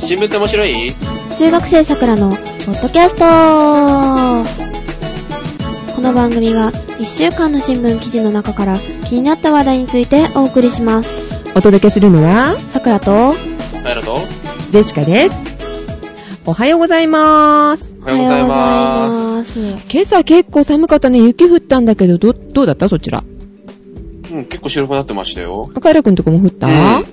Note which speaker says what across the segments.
Speaker 1: 新聞って面白い
Speaker 2: 中学生さくらのポッドキャストこの番組は1週間の新聞記事の中から気になった話題についてお送りします
Speaker 3: お届けするのは、
Speaker 2: さくらと
Speaker 1: あやと
Speaker 3: ジェシカです。おはようございます。
Speaker 1: おはようございます。
Speaker 2: すいます
Speaker 3: 今朝結構寒かったね。雪降ったんだけど、ど、どうだったそちら。
Speaker 1: うん、結構白くなってましたよ。
Speaker 3: 赤平くんとこも降った、
Speaker 1: うん
Speaker 3: う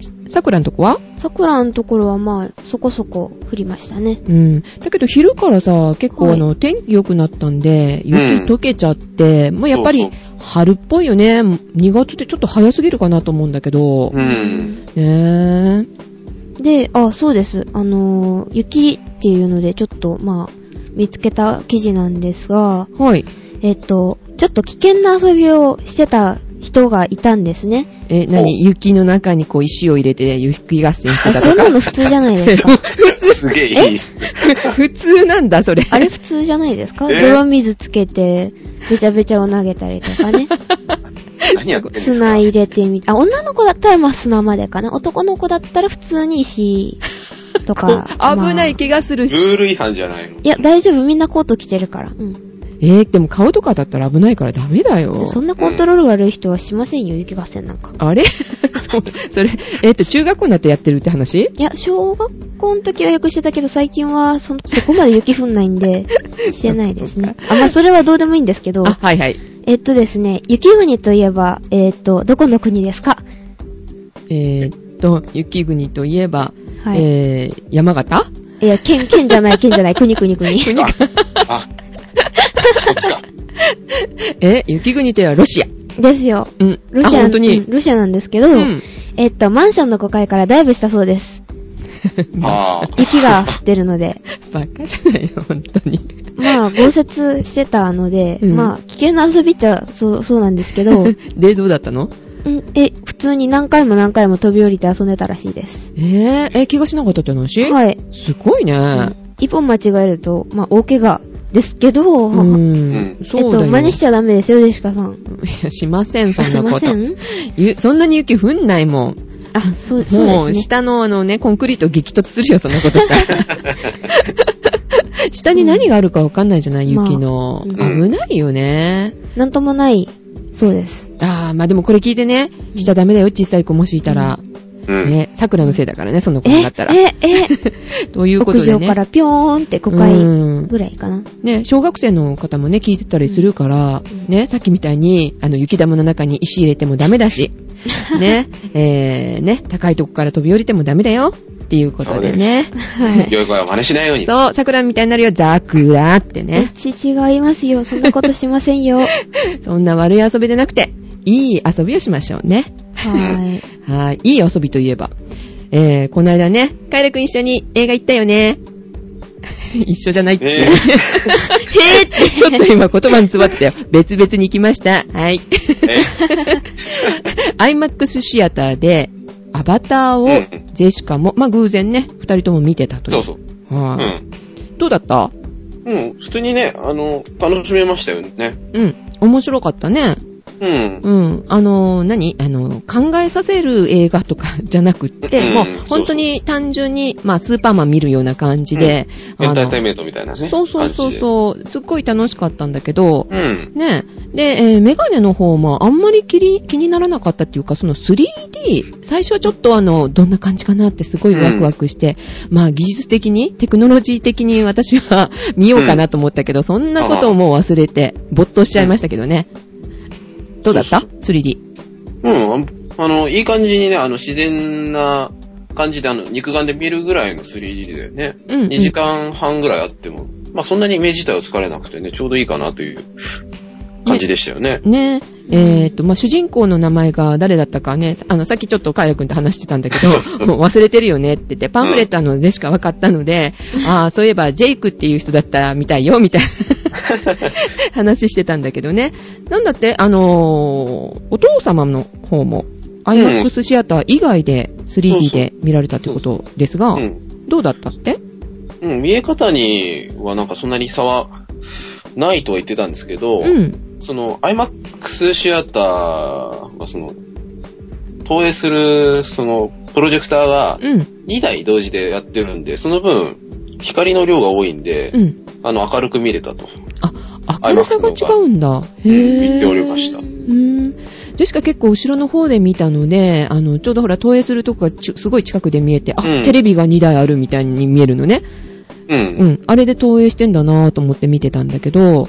Speaker 3: ーん。桜のとこは
Speaker 2: さくらのところはまあそこそこ降りましたね
Speaker 3: うん。だけど昼からさ、結構
Speaker 2: はい
Speaker 3: あの、天気良くなったんで、雪
Speaker 1: うん
Speaker 3: 溶けちゃって、もうやっぱ
Speaker 1: そ
Speaker 3: り
Speaker 1: う
Speaker 3: 春っぽいよね。2月ってちょっと早すぎるかなと思うんだけど。
Speaker 1: そううん。
Speaker 3: ね
Speaker 2: であそうですあのー雪っていうのでちょっとまあ見つけた記事なんですが
Speaker 3: え。はい。
Speaker 2: えっとちょっと危険な遊びをしてた人がいたんですね
Speaker 3: え、何雪の中にこう石を入れて雪合戦して
Speaker 2: あ
Speaker 3: た
Speaker 2: そ
Speaker 3: と
Speaker 2: んな
Speaker 3: か。
Speaker 2: の普通じゃないですか
Speaker 1: すげえいいっすね。
Speaker 3: 普通なんだ、それ。
Speaker 2: あれ普通じゃないですか
Speaker 1: えー
Speaker 2: 泥水つけて、べちゃべちゃを投げたりとかね。
Speaker 1: 何やってんですか
Speaker 2: 砂入れてみた。あ、女の子だったらまあ砂までかな。男の子だったら普通に石と
Speaker 3: こう
Speaker 2: か。
Speaker 3: 危ない
Speaker 2: け
Speaker 3: 気がする
Speaker 1: ル
Speaker 3: し。
Speaker 1: ール違反じゃないの
Speaker 2: いや、大丈夫。みんなコート着てるから。うん。
Speaker 3: えー、でも顔とかだったら危ないからダメだよ。
Speaker 2: そんなコントロール悪い人はしませんよ、雪合戦なんか。
Speaker 3: あれ そうそれ、えっ、と、中学校になってやってるって話
Speaker 2: いや、小学校の時はよくしてたけど、最近はそ、そこまで雪降んないんで、してないですね。あ、まあ、それはどうでもいいんですけど
Speaker 3: あ、、はいはい。
Speaker 2: えっとですね、雪国といえば、えっと、どこの国ですか
Speaker 3: えー、っと、雪国といえば、
Speaker 2: はい。
Speaker 3: えー、山形
Speaker 2: いや、県、県じゃない、県じゃない、国国国。
Speaker 1: あ、あ、そっち か。
Speaker 3: え、雪国といえばロシア。
Speaker 2: ですよ。
Speaker 3: うん。
Speaker 2: ロシ
Speaker 3: あ、
Speaker 2: ア、
Speaker 3: 本当に。
Speaker 2: うんロシアなんですけど、
Speaker 3: うん。
Speaker 2: えっと、マンションの5階からダイブしたそうです。
Speaker 1: あー
Speaker 2: 雪が降ってるので。
Speaker 3: バカじゃないよ、本当に。
Speaker 2: まあ、豪雪してたので、
Speaker 3: うん
Speaker 2: まあ、危険な遊びっちゃ、そう、そうなんですけ ど、うん
Speaker 3: で、どうだったの
Speaker 2: え、普通に何回も何回も飛び降りて遊んでたらしいです。
Speaker 3: えー、え、怪我しなかったって話
Speaker 2: はい。
Speaker 3: すごいね。
Speaker 2: 一本間違えると、まあ、大怪我ですけど、
Speaker 3: う。
Speaker 1: うん
Speaker 2: え
Speaker 3: そ
Speaker 2: っ
Speaker 3: うだ
Speaker 2: と、
Speaker 3: よ。
Speaker 2: 真似しちゃダメですよ、デシカさん。
Speaker 3: いや、しません、そ
Speaker 2: すい
Speaker 3: ん
Speaker 2: ま
Speaker 3: な こと
Speaker 2: せ。ん
Speaker 3: ゆそんなに雪降んないもん。
Speaker 2: あ、そう、そう
Speaker 3: もう、
Speaker 2: ですね。
Speaker 3: 下のあのね、コンクリート激突するよ、そんなことし たら。下に何があるかわかんないじゃない、
Speaker 2: うん
Speaker 3: 雪の。
Speaker 2: ま
Speaker 1: あうん
Speaker 3: 危ないよね。
Speaker 2: なんともない、そうです。
Speaker 3: あー、まあでもこれ聞いてね、しちゃダメだよ、小さい子もしいたら。
Speaker 1: うん。
Speaker 3: ね、桜のせいだからね、そんなこと
Speaker 2: え
Speaker 3: になった、ら。
Speaker 2: え、え、
Speaker 3: と いうこ
Speaker 2: 屋
Speaker 3: とで
Speaker 2: 上
Speaker 3: ね。
Speaker 2: からピョーンって5階
Speaker 3: うん
Speaker 2: ぐらいかな。
Speaker 3: ね、小学生の方もね、聞いてたりするから、
Speaker 2: うん
Speaker 3: ね、さっきみたいに、あの、雪玉の中に石入れてもダメだし、ね、えー、ね、高いとこから飛び降りてもダメだよ、っていうことでね。
Speaker 2: はい。
Speaker 1: 良い声は真似しないように。
Speaker 3: そう、桜みたいになるよ、ザクラっ てね。
Speaker 2: ち違いますよ。そんなことしません よ。は
Speaker 3: そんな悪い遊びでなくて、いい遊びをしましょうね。
Speaker 2: ーい。
Speaker 3: はい、いい遊びといえば。えー、この間ね、カイラくん一緒に映画行ったよね。 一緒じゃないっちゅう。
Speaker 1: え
Speaker 2: へぇって。
Speaker 3: ちょっと今言葉に詰まってたよ。別々に行きました。はい。
Speaker 1: え、
Speaker 3: IMAX シアターで、アバター
Speaker 1: う
Speaker 3: を
Speaker 1: ん
Speaker 3: ジェシカも、まあ偶然ね、二人とも見てたとい。
Speaker 1: そううそう。う
Speaker 3: う。はい、
Speaker 1: ん。
Speaker 3: どうだった
Speaker 1: うん、普通にね、あの、楽しめましたよね。
Speaker 3: うん。面白かったね。
Speaker 1: うん。
Speaker 3: うん。あの、何あの、考えさせる映画とか じゃなくって、
Speaker 1: うん
Speaker 3: もう本当に単純に、まあスーパーマン見るような感じで、
Speaker 1: エン
Speaker 3: あ
Speaker 1: ターテイン
Speaker 3: の、
Speaker 1: メントみたいなね。
Speaker 3: そうそうそうそう、すっごい楽しかったんだけど、
Speaker 1: 感じで。うん。
Speaker 3: ねで、えーメガネの方もあんまり気に気にならなかったっていうか、その 3D、最初はちょっとあの、どんな感じかなってすごいワクワクして、まあ技術的に、テクノロジー的に私は 見ようかなと思ったけど、そんなことをもう忘れて、没頭しちゃいましたけどね。どうだった ?3D。
Speaker 1: うん、ああの、いい感じにね、あの、自然な感じで、あの、肉眼で見るぐらいの 3D だよね。
Speaker 3: うん、うん。
Speaker 1: 2時間半ぐらいあっても、まあそんなに目自体は疲れなくてね、ちょうどいいかなという感じでしたよね。
Speaker 3: ねえ、っと、まあ、主人公の名前が誰だったかね、あの、さっきちょっとカイラ君と話してたんだけど、もう忘れてるよねって言って、パンフレットあの、でしか分かったので、ああ、そういえば、ジェイクっていう人だったみたいよ、みたい な話してたんだけどね。なんだって、あのーお父様の方も、IMAX シアター以外で 3D で見られたってことですが、
Speaker 1: うん。
Speaker 3: どうだったって
Speaker 1: うん、見え方にはなんかそんなに差はないとは言ってたんですけど、
Speaker 3: うん。
Speaker 1: その IMAX シアターがその、投影するそのプロジェクターが
Speaker 3: うん。
Speaker 1: 2台同時でやってるんで、その分、光の量が多いんで、
Speaker 3: うん。
Speaker 1: あの、明るく見れたと。
Speaker 3: あ、明るさが違うんだ。へ
Speaker 1: うん
Speaker 3: ぇ
Speaker 1: 見ておりました
Speaker 3: うん。ジェシカ結構後ろの方で見たので、あの、ちょうどほら、投影するとこがちすごい近くで見えて、あ、
Speaker 1: うん
Speaker 3: テレビが2台あるみたいに見えるのね。
Speaker 1: うん。
Speaker 3: うん。あれで投影してんだなぁと思って見てたんだけど、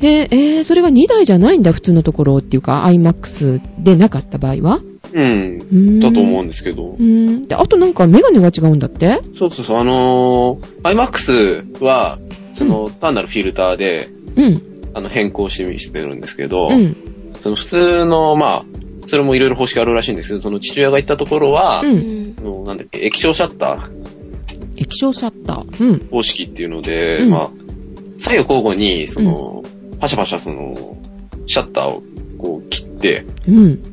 Speaker 3: へぇ、えー、それが2台じゃないんだ、普通のところっていうか、IMAX でなかった場合は
Speaker 1: うん。
Speaker 3: うん。
Speaker 1: だと思うんですけど
Speaker 3: う。ん。で、あとなんかメガネが違うんだって
Speaker 1: そうそうそう、あのー、iMAX は、その、単なるフィルターで、
Speaker 3: うん。
Speaker 1: あの、変更してみしてるんですけど、
Speaker 3: うん。
Speaker 1: その普通の、まあ、それもいろいろ方式あるらしいんですけど、その父親が行ったところは、
Speaker 3: う。
Speaker 2: うんん。
Speaker 1: あのなんだっけ、液晶シャッター
Speaker 3: 液晶シャッター。うん。
Speaker 1: 方式っていうので、
Speaker 3: うん
Speaker 1: まあ、左右交互に、その、パシャパシャその、シャッターをこう切って、
Speaker 3: うん。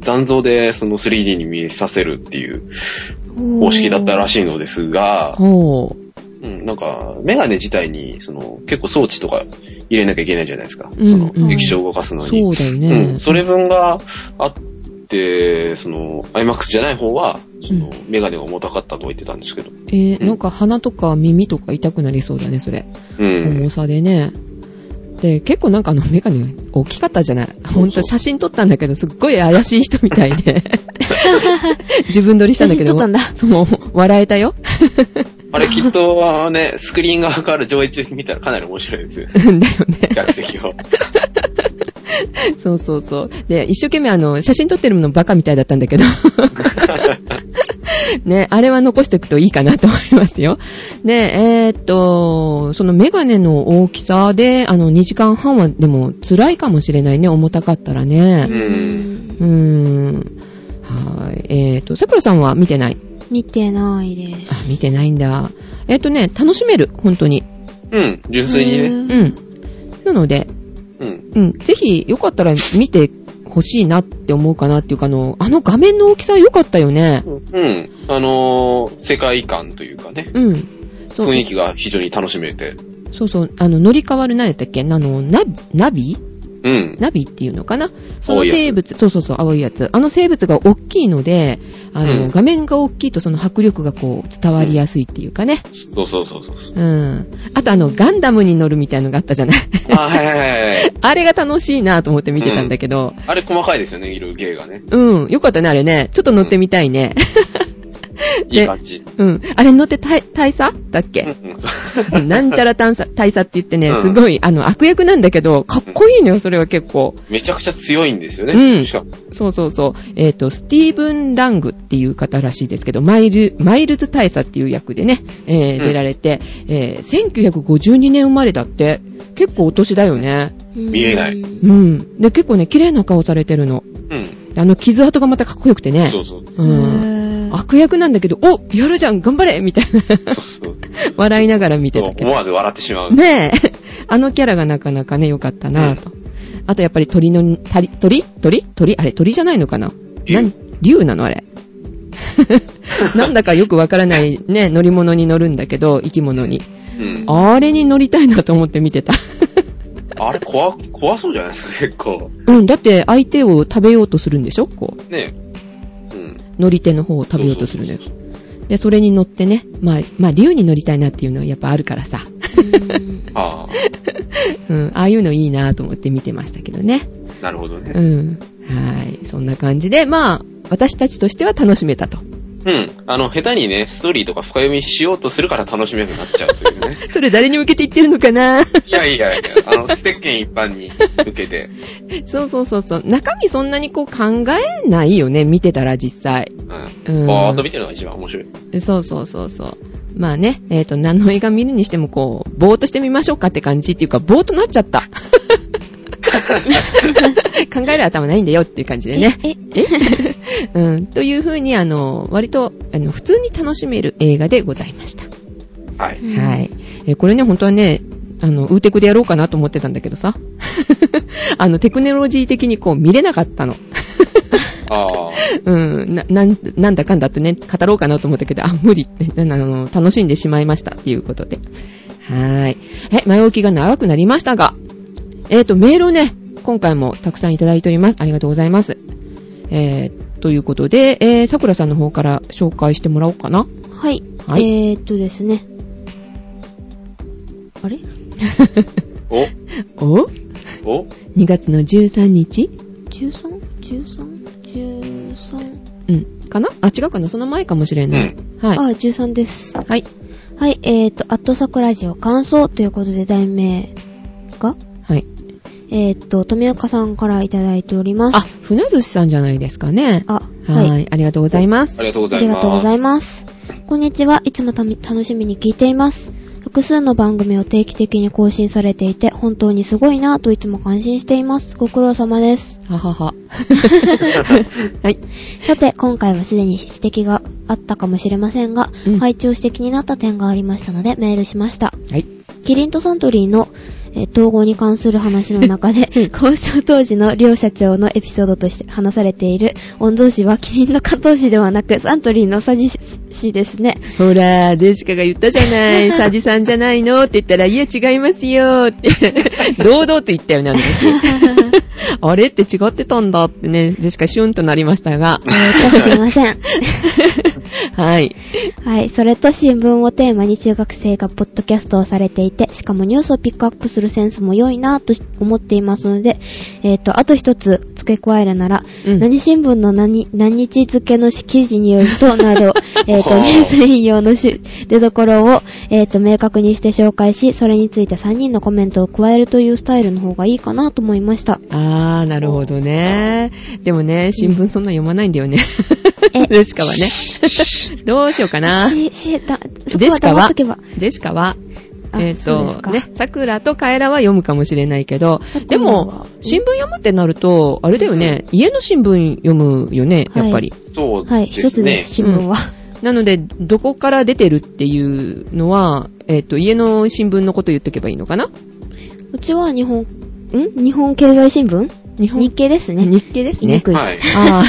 Speaker 1: 残像でその 3D に見させるっていう
Speaker 2: 方
Speaker 1: 方式だったらしいのですが、
Speaker 3: ほう。
Speaker 1: うん、なんか、メガネ自体に、その、結構装置とか入れなきゃいけないじゃないですか。
Speaker 3: うん
Speaker 1: その
Speaker 3: う、ん
Speaker 1: 液晶を動かすのに。
Speaker 3: そうだよ
Speaker 1: う
Speaker 3: ね。
Speaker 1: ん、それ分があって、その、IMAX じゃない方は、その、メガネが重たかったとは言ってたんですけど。
Speaker 3: えー
Speaker 1: うん
Speaker 3: なんか鼻とか耳とか痛くなりそうだね、それ。
Speaker 1: うん。
Speaker 3: 重さでね。で、結構なんかあのメガネ大きかったじゃない。ほんと写真撮ったんだけど、すっごい怪しい人みた いで。自分撮りしたんだけど。
Speaker 2: 写真撮ったんだ
Speaker 3: そう、笑えたよ。
Speaker 1: あれきっと、ね、スクリーン側から上映中に見たらかなり面白い ですよ。
Speaker 3: だよね。
Speaker 1: 客席を。
Speaker 3: そうそうそう。で、一生懸命あの、写真撮ってるのバカみたいだったんだけど。ね、あれは残しておくといいかなと思いますよ。で、えーっと、そのメガネの大きさで、あの、2時間半はでも辛いかもしれないね、重たかったら
Speaker 1: うん。
Speaker 3: ね。うーん。はい。えーっと、さくらさんは見てない
Speaker 2: 見てないです。
Speaker 3: あ、見てないんだ。えーっとね、楽しめる、本当に。
Speaker 1: うん、純粋にね。
Speaker 2: ね。
Speaker 3: うん。なので、
Speaker 1: うん。
Speaker 3: うん、ぜひ、よかったら見てほしいなって思うかなっていうか、あの、あの画面の大きさ良かったよね。
Speaker 1: うん。あのー、世界観というかね、
Speaker 3: うん。そう
Speaker 1: 雰囲気が非常に楽しめて。
Speaker 3: そうそう、あの、乗り換わる、何やったっけあの、ナビ、ナビ
Speaker 1: うん。
Speaker 3: ナビっていうのかなその
Speaker 1: 青いやつ
Speaker 3: 生物、そうそうそう、青いやつ。あの生物が大きいので、あの、
Speaker 1: うん
Speaker 3: 画面が大きいとその迫力がこう、伝わりやすいっていうかね。
Speaker 1: そうそうそうそうそう。
Speaker 3: うん。あとあの、ガンダムに乗るみたいのがあったじ ゃない
Speaker 1: あ、はいはいはいはい。
Speaker 3: あれが楽しいなと思って見てたんだけど、
Speaker 1: あれ細かいですよね、色々芸がね。
Speaker 3: うん、よか ったね、あれね。ちょっと乗ってみたいね。
Speaker 1: いい感じ。
Speaker 3: うん。あれ乗って大、大佐だっけ
Speaker 1: うんうんそう
Speaker 3: うんなんちゃら探査大佐って言ってね、
Speaker 1: うん
Speaker 3: すごい、あの、悪役なんだけど、かっこいいのよ、それは結構。
Speaker 1: めちゃくちゃ強いんですよね。
Speaker 3: うん
Speaker 1: しかも
Speaker 3: そうそうそう。えっ、と、スティーブン・ラングっていう方らしいですけど、マイル、マイルズ大佐っていう役でね、えー
Speaker 1: うん
Speaker 3: 出られて、えー1952年生まれだって、結構お年だよね。
Speaker 1: 見えない
Speaker 2: うん
Speaker 3: うん。で、結構ね、綺麗な顔されてるの。
Speaker 1: うん。
Speaker 3: あの、傷跡がまたかっこよくてね。
Speaker 1: そうそう。
Speaker 3: う。ん。
Speaker 2: へー
Speaker 3: 悪役なんだけど、おやるじゃん頑張れみたいな、
Speaker 1: そうそう。
Speaker 3: 笑いながら見て
Speaker 1: そ
Speaker 3: た
Speaker 1: う
Speaker 3: けど
Speaker 1: 思。わず笑ってしまう。
Speaker 3: ねえ、 あのキャラがなかなかね、良かったなぁと。あとやっぱり鳥の、鳥鳥鳥鳥あれ鳥じゃないのかな
Speaker 1: 竜
Speaker 3: なん竜なのあれ。 なんだかよくわからないね、乗り物に乗るんだけど、生き物に。
Speaker 1: うん。あ
Speaker 3: あれに乗りたいなと思って見てた。
Speaker 1: れ怖、怖そうじゃないですか、結構。
Speaker 3: うん、だって相手を食べようとするんでしょこう、
Speaker 1: ねうん。
Speaker 3: 乗り手の方を食べようとするのよ
Speaker 1: そう。そうそう
Speaker 3: で、それに乗ってね、まあ、まあ、竜に乗りたいなっていうのはやっぱあるからさ。
Speaker 1: そ うあ
Speaker 3: うん、ああいうのいいなと思って見てましたけどね。
Speaker 1: あ、なるほど
Speaker 3: う
Speaker 1: ね。
Speaker 3: ん。はい。そんな感じで、まあ、私たちとしては楽しめたと。
Speaker 1: うん。あの、下手にね、ストーリーとか深読みしようとするから楽しめなくなっちゃうという ね。
Speaker 3: それ誰に向けて言ってるのかな
Speaker 1: いやいやいや、あの、世間一般に向けて。
Speaker 3: そうそうそうそう。中身そんなにこう考えないよね、見てたら実際。
Speaker 1: うん。
Speaker 3: うん
Speaker 1: ぼーっと見てるのが一番面白い。
Speaker 3: そうそうそうそう。まあね、えっ、と、何の映画見るにしてもこう、ぼーっとしてみましょうかって感じっていうか、ぼーっとなっちゃった。 考える頭ないんだよっていう感じでね。
Speaker 2: え、え、
Speaker 3: うん。というふうに、あの、割と、あの、普通に楽しめる映画でございました。
Speaker 1: はい。
Speaker 2: うん
Speaker 3: はい。えーこれね、本当はね、あの、ウーテクでやろうかなと思ってたんだけどさ。 あの、テクノロジー的にこう見れなかったの。
Speaker 1: ああ。
Speaker 3: うん、な、なん、なんだかんだってね、語ろうかなと思ったけど、あ、無理って、あの、楽しんでしまいましたっていうことで。はーい。え、前置きが長くなりましたが、えっ、と、メールをね、今回もたくさんいただいております。ありがとうございます。えーっということで、えー、桜さんの方から紹介してもらおうかな。
Speaker 2: はい。
Speaker 3: はい
Speaker 2: えーっとですね。あれ
Speaker 1: お
Speaker 3: お
Speaker 1: お
Speaker 3: ?2 月の13日
Speaker 2: ?13?13?13?
Speaker 3: うん。かなあ、違うかなその前かもしれない。
Speaker 2: あ
Speaker 3: はい。
Speaker 2: あ、13です。
Speaker 3: はい。
Speaker 2: はい、えーっと、アットサクラジオ感想ということで題名が、
Speaker 3: はい。
Speaker 2: えーっと、富岡さんからいただいておりま
Speaker 3: あ、
Speaker 2: す。
Speaker 3: 船寿司さんじゃないですかね。
Speaker 2: あ、
Speaker 3: はいありがとうございます
Speaker 1: あ。りがとうござ
Speaker 2: あ
Speaker 1: い
Speaker 2: り
Speaker 1: ます。
Speaker 2: がとうございます。こんにちは。いつもたみ楽しみに聞いています。複数の番組を定期的に更新されていて、本当にすごいなぁといつも感心しています。ご苦労様です。
Speaker 3: ははは。はい。
Speaker 2: さて、今回はすでに指摘があったかもしれませんが、
Speaker 3: うん
Speaker 2: 拝聴して気になった点がありましたのでメールしました。
Speaker 3: はい。
Speaker 2: キリンとサントリーの、えー統合に関する話の中で、交渉当時の両社長のエピソードとして話されている、御曹司はキリンの加藤氏ではなく、サントリーのサジ氏ですね。
Speaker 3: ほら、デシカが言ったじゃない。サジさんじゃないのって言ったら、いや、違いますよって。堂々と言ったよね、あの時。あれって違ってたんだってね、デシカシュンとなりましたが。
Speaker 2: えーっと、すいません。
Speaker 3: はい。
Speaker 2: はい。それと新聞をテーマに中学生がポッドキャストをされていて、しかもニュースをピックアップするセンスも良いなぁと思っていますので、えーっ、と、あと一つ付け加えるなら、
Speaker 3: うん
Speaker 2: 何新聞の何、何日付の記事によると、な ど、えーっと、ニュース引用のし出どころを、えーっ、と、明確にして紹介し、それについて3人のコメントを加えるというスタイルの方がいいかなと思いま した。
Speaker 3: あー、なるほどね。でもね、新聞そんな読まないんだよね。
Speaker 2: え
Speaker 3: デシカは ね。どうしようかな。
Speaker 2: し、し、だ、そこ
Speaker 3: デ
Speaker 2: は
Speaker 3: シカ
Speaker 2: 黙っ
Speaker 3: は
Speaker 2: とけば。、
Speaker 3: デシカは、
Speaker 2: あ
Speaker 3: えっ、
Speaker 2: そうです
Speaker 3: と、
Speaker 2: か
Speaker 3: ね、桜とカエラは読むかもしれないけど
Speaker 2: 桜は、
Speaker 3: でも、新聞読むってなると、あれだよね、家の新聞読むよね、やっぱり。
Speaker 1: そうですね。
Speaker 2: はい、一つです、新聞は。
Speaker 3: なので、どこから出てるっていうのは、えっ、と、家の新聞のこと言っとけばいいのかな
Speaker 2: うちは日本、ん日本経済新聞
Speaker 3: 日
Speaker 2: 日経ですね。
Speaker 3: 日経です
Speaker 2: 言いに
Speaker 3: ね
Speaker 2: く。い。
Speaker 1: はい。
Speaker 3: あ あ、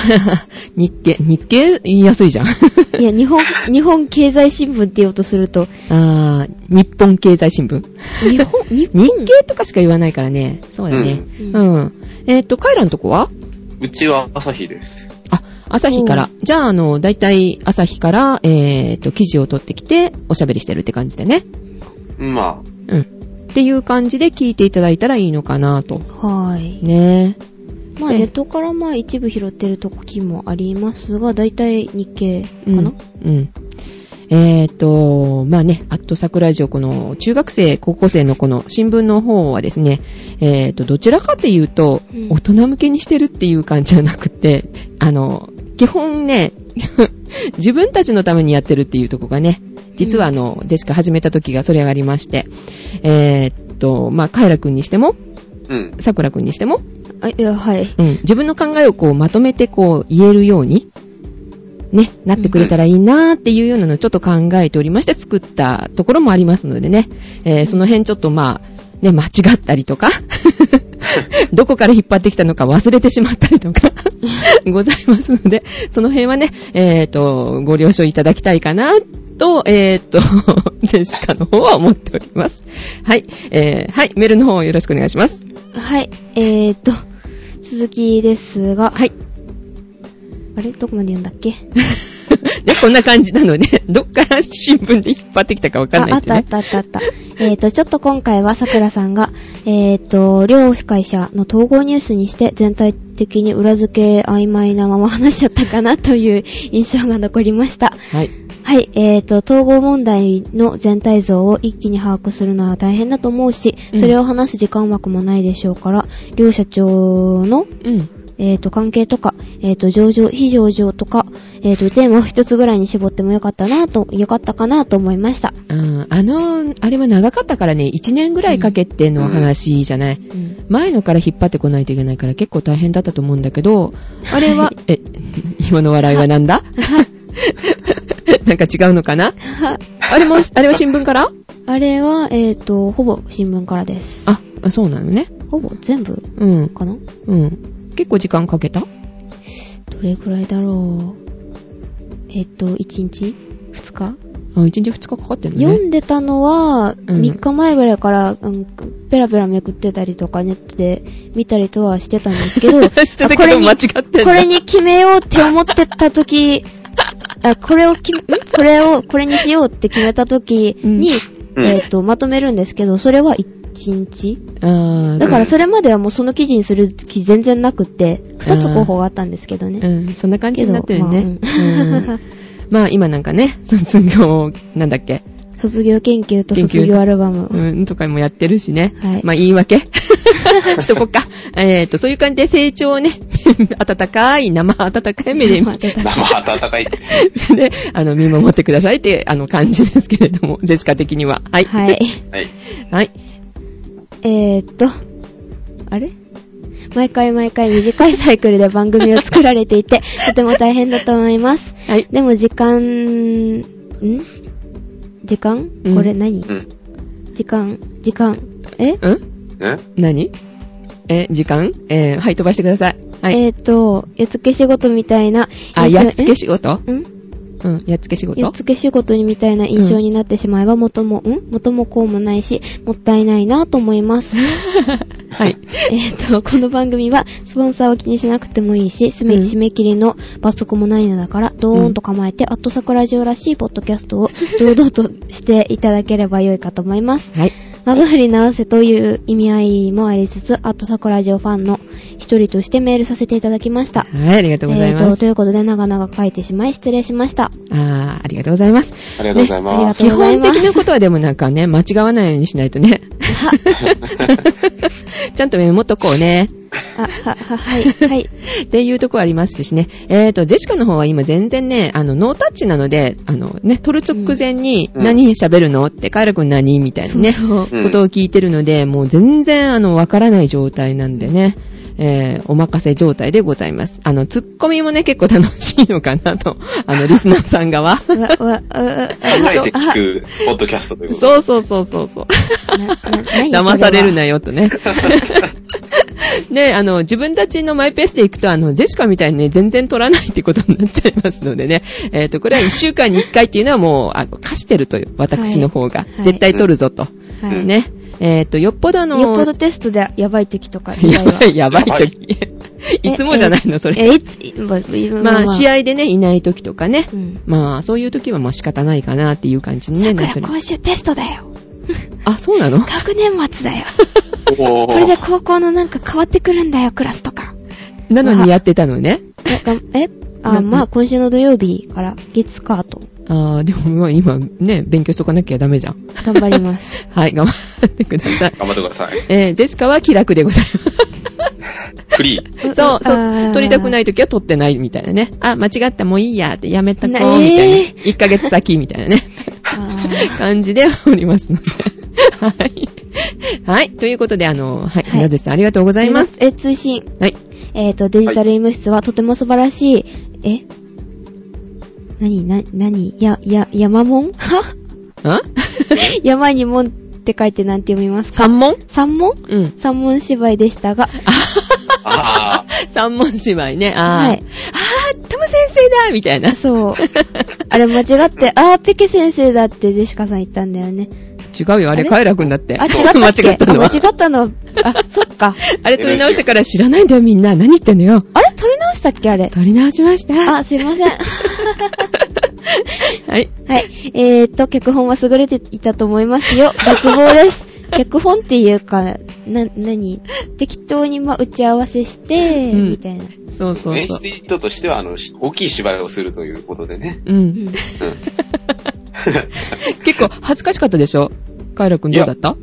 Speaker 3: 日経、日経言いやすいじゃん。
Speaker 2: いや、日本、日本経済新聞って言おうとすると、
Speaker 3: ああ、日本経済新聞。
Speaker 2: 日本、日
Speaker 3: 日
Speaker 2: 本
Speaker 3: 経とかしか言わないからね。そうだね。
Speaker 2: うん
Speaker 3: うん。えっ、と、カエラのとこは
Speaker 1: うちは朝日です。
Speaker 3: あ、朝日から。じゃあ、あの、だいたい朝日から、えっ、と、記事を取ってきて、おしゃべりしてるって感じでね。
Speaker 1: ま
Speaker 3: うん。っていう感じで聞いていただいたらいいのかなと。
Speaker 2: はーい。
Speaker 3: ね
Speaker 2: まあ、
Speaker 3: え
Speaker 2: ネットからまあ一部拾ってる時もありますが、だいたい日経か
Speaker 3: うん。
Speaker 2: な、
Speaker 3: うん。えっ、と、まあね、アットサクラジオ、この、中学生、高校生のこの新聞の方はですね、えっ、と、どちらかっていうと
Speaker 2: うん、
Speaker 3: 大人向けにしてるっていう感じじゃなくて、あの、基本ね、 自分たちのためにやってるっていうとこがね、実はあの、ジェシカ始めた時がそれがありまして、えっと、まあ、カイラくんにしても、
Speaker 1: あ、うん。
Speaker 3: サクラくんにしても、
Speaker 2: あ、いや、はい。
Speaker 3: うん、自分の考えをこうまとめてこう言えるように、ね、なってくれたらいいなーっていうようなのをちょっと考えておりまして作ったところもありますのでね、えーその辺ちょっとまあ、ね、間違ったりとか、 どこから引っ張ってきたのか忘れてしまったりとか、 ございますので、その辺はね、えっ、と、ご了承いただきたいかな、と、えっ、と、 ジェシカの方は思っております。はい、えーはい、メールの方よろしくお願いします。
Speaker 2: はい。えーと、続きですが、
Speaker 3: はい。
Speaker 2: あれどこまで読んだっけ
Speaker 3: ね、 こんな感じなので、どっから新聞で引っ張ってきたかわかんないって
Speaker 2: ああ
Speaker 3: ね
Speaker 2: っ。たあったあったあった。えっと、ちょっと今回は桜さんが、えっ、と、両会社の統合ニュースにして全体的に裏付け曖昧なまま話しちゃったかなという印象が残りました。
Speaker 3: はい。
Speaker 2: はい、えっ、と、統合問題の全体像を一気に把握するのは大変だと思うし、
Speaker 3: うん
Speaker 2: それを話す時間枠もないでしょうから、両社長の
Speaker 3: うん。
Speaker 2: えっ、と、関係とか、えっ、と、上場、非上場とか、えっ、と、テーマを一つぐらいに絞ってもよかったなと、よかったかなと思いました。
Speaker 3: あーあの、あれは長かったからね、1年ぐらいかけての話じゃない。
Speaker 2: うん
Speaker 3: 前のから引っ張ってこないといけないから結構大変だったと思うんだけど、あれ は、え、今の笑いはなんだ なんか違うのかなあれも、あれは新 聞から
Speaker 2: あれは、えっ、と、ほぼ新聞からです。
Speaker 3: あ、あそうなのね。
Speaker 2: ほぼ全部
Speaker 3: うん。
Speaker 2: かな
Speaker 3: うん。結構時間かけた
Speaker 2: どれくらいだろう。えっ、と、1日 ?2 日、
Speaker 3: あ、1日2日かかってるの
Speaker 2: 読
Speaker 3: ね。
Speaker 2: んでたのは、
Speaker 3: ん
Speaker 2: 3日前ぐらいから、うん、ペラペラめくってたりとか、ネットで見たりとはしてたんですけど、
Speaker 3: してたけど
Speaker 2: あこれに
Speaker 3: 間違ってんだ
Speaker 2: これに決めようって思ってた時、あ、これをき、んこれを、これにしようって決めた時に、
Speaker 1: うん
Speaker 2: えっ、と、まとめるんですけど、それは1日
Speaker 3: あー
Speaker 2: だからそれまではもうその記事にする気全然なくって、2つ候補があったんですけどね。
Speaker 3: うん、そんな感じになってるね。
Speaker 2: けどまあうん
Speaker 3: うんまあ今なんかね、卒業、なんだっけ、
Speaker 2: 卒業研究と
Speaker 3: 研究
Speaker 2: 卒業アルバム。
Speaker 3: うん、とかもやってるしね。
Speaker 2: はい
Speaker 3: まあ言い訳 しとこっか。えっと、そういう感じで成長をね、 温かい、生温かい目で
Speaker 2: まあ
Speaker 3: 見
Speaker 2: 出 た
Speaker 1: 生温かい。
Speaker 3: で、あの、見守ってくださいって、あの、感じですけれども、ジェシカ的には。はい。
Speaker 2: は。い。
Speaker 1: はい。
Speaker 3: はい。
Speaker 2: えーっと、あれ毎回毎回短いサイクルで番組を作られていて、 とても大変だと思います。
Speaker 3: はい。
Speaker 2: でも時間、ん時間
Speaker 3: うん
Speaker 2: これ何、
Speaker 1: うん。
Speaker 2: 時間、時間、え、
Speaker 3: うん
Speaker 1: ね
Speaker 3: 何え、時間えーはい、飛ばしてください。はい。
Speaker 2: えーっと、やっつけ仕事みたいな。
Speaker 3: あ、
Speaker 2: 印象
Speaker 3: やっつけ仕事
Speaker 2: えん
Speaker 3: うん、やっつけ仕事
Speaker 2: やっつけ仕事みたいな印象になってしまえば元も、ん元もこうもないし、もったいないなと思います。
Speaker 3: はい。
Speaker 2: えっと、この番組は、スポンサーを気にしなくてもいいし、締め,、
Speaker 3: うん
Speaker 2: 締め切りの罰則もないのだから、ドーンと構えて、アットサクラジオらしいポッドキャストを堂々としていただければ良いかと思います。
Speaker 3: はい。
Speaker 2: 我が振り直せという意味合いもありつつ、アットサクラジオファンの一人としてメールさせていただきました。
Speaker 3: はい、ありがとうござ
Speaker 2: え
Speaker 3: い
Speaker 2: っ
Speaker 3: ま
Speaker 2: と、と
Speaker 3: す。
Speaker 2: いうことで、長々書いてしまい、失礼しました。
Speaker 3: あー、ありがとうございます。
Speaker 1: ありがとうござい
Speaker 2: ねありが
Speaker 1: ま
Speaker 2: と
Speaker 1: す。
Speaker 2: う
Speaker 3: 基
Speaker 2: ござい
Speaker 3: 本
Speaker 2: ます
Speaker 3: 的なことはでもなん かね、間違わないようにしないとね。ちゃんとメモっとこうね。
Speaker 2: あ、は、は、はい、はい。
Speaker 3: っていうとこありますしね。えっ、と、ジェシカの方は今全然ね、あの、ノータッチなので、あのね、撮る直前に
Speaker 1: うん
Speaker 3: 何喋るのって、カエラ君何みたいなね、
Speaker 2: そう
Speaker 1: そう
Speaker 3: ことを聞いてるので、もう全然あの、わからない状態なんでね。えー、お任せ状態でございます。あの、ツッコミもね、結構楽しいのかなと、あの、リスナーさん側。
Speaker 2: わ、わ、わ、わ、
Speaker 1: 考えて聞く、ポッドキャストということで。
Speaker 3: そうそうそうそうそう。騙されるなよとね。で、あの、自分たちのマイペースで行くと、あの、ジェシカみたいにね、全然取らないってことになっちゃいますのでね。えっ、と、これは1週間に1回っていうのはもう、あの、貸してるという、私の方が。
Speaker 2: はい
Speaker 3: 絶対取るぞと。
Speaker 2: はい
Speaker 1: うん
Speaker 3: ね。えっ、と、よっぽどあの、
Speaker 2: よっぽどテストでやばい時とか以
Speaker 3: や
Speaker 2: 外は
Speaker 3: ばい、やばい
Speaker 1: やばい
Speaker 3: 時。いつもじゃないの、それ。
Speaker 2: え、いつ、いまあ、
Speaker 3: まあ、試
Speaker 2: 合。
Speaker 3: 合でね、いない時とかね。
Speaker 2: うん。
Speaker 3: まあ、そういう時はまあ仕方ないかなっていう感じにね、
Speaker 2: さく
Speaker 3: な
Speaker 2: ら
Speaker 3: ってる
Speaker 2: 今週テストだ よ。
Speaker 3: あ、そうなの
Speaker 2: 学年末だよ。
Speaker 1: お
Speaker 2: これで
Speaker 1: ー。
Speaker 2: 高校のなんか変わってくるんだよ、クラスとか。
Speaker 3: なのにやってたのね。
Speaker 2: え、がんえ
Speaker 3: な
Speaker 2: あ、
Speaker 3: ん
Speaker 2: まあ、今週の土曜日から月カート。
Speaker 3: あー、でもまあ今ね、勉強しとかなきゃダメじゃん。
Speaker 2: 頑張り ます。。
Speaker 3: はい、頑張ってくださ い。
Speaker 1: 頑張ってください。
Speaker 3: えー、ジェシカは気楽でござい
Speaker 1: フリー。
Speaker 3: ます。そう、そう、撮りたくないい時は撮ってないみたいなね。あ、間違った、もういいやってやめたこう、み
Speaker 2: な
Speaker 3: たいな。
Speaker 2: えー
Speaker 3: 1ヶ月先みたいなね、
Speaker 2: あ
Speaker 3: 感じでおりますので。はい。はい、ということで、あの、はい、
Speaker 2: はい
Speaker 3: なずしさんありがとうござ
Speaker 2: ー
Speaker 3: います。。
Speaker 2: え、追伸。
Speaker 3: はい。
Speaker 2: えっ、と、デジタル医務室はとても素晴らしい、え何、な、何や、や、山門 は
Speaker 3: ん
Speaker 2: 山に門って書いてなんて読みますか
Speaker 3: 三問
Speaker 2: 三門
Speaker 3: うん。
Speaker 2: 三門芝居でした が、
Speaker 1: あ
Speaker 3: 三問芝居ね。あー、
Speaker 2: はい
Speaker 3: あー、トム先生だみたいな。
Speaker 2: そう。あれ間違って、あー、ペケ先生だってジェシカさん言ったんだよね。
Speaker 3: 違うよ、あ
Speaker 2: あ
Speaker 3: れ、
Speaker 2: れ
Speaker 3: カエラくんだって。
Speaker 2: あ、違ったっけ
Speaker 3: 間違ったのは
Speaker 2: あ間違ったのは、あ、そっか。
Speaker 3: あれ撮り直してから知らないんだよ、みんな。何言ってんのよ。
Speaker 2: あれ撮り直したっけあれ。
Speaker 3: 撮り直しました。
Speaker 2: あ、すいません。
Speaker 3: はい。
Speaker 2: はい。えーっと、脚本は優れていたと思います よ。脱帽です。脚本っていうか、な、なに適当に、まあ、打ち合わせして、
Speaker 3: うん
Speaker 2: みたいな。
Speaker 3: そう
Speaker 1: あ。
Speaker 3: そう
Speaker 1: 演
Speaker 3: そう。
Speaker 1: 出意図としては、あの、し大きい芝居をするということでね。
Speaker 3: う。
Speaker 2: うんん。
Speaker 3: 結構恥ずかしかったでしょカイラくんどうだった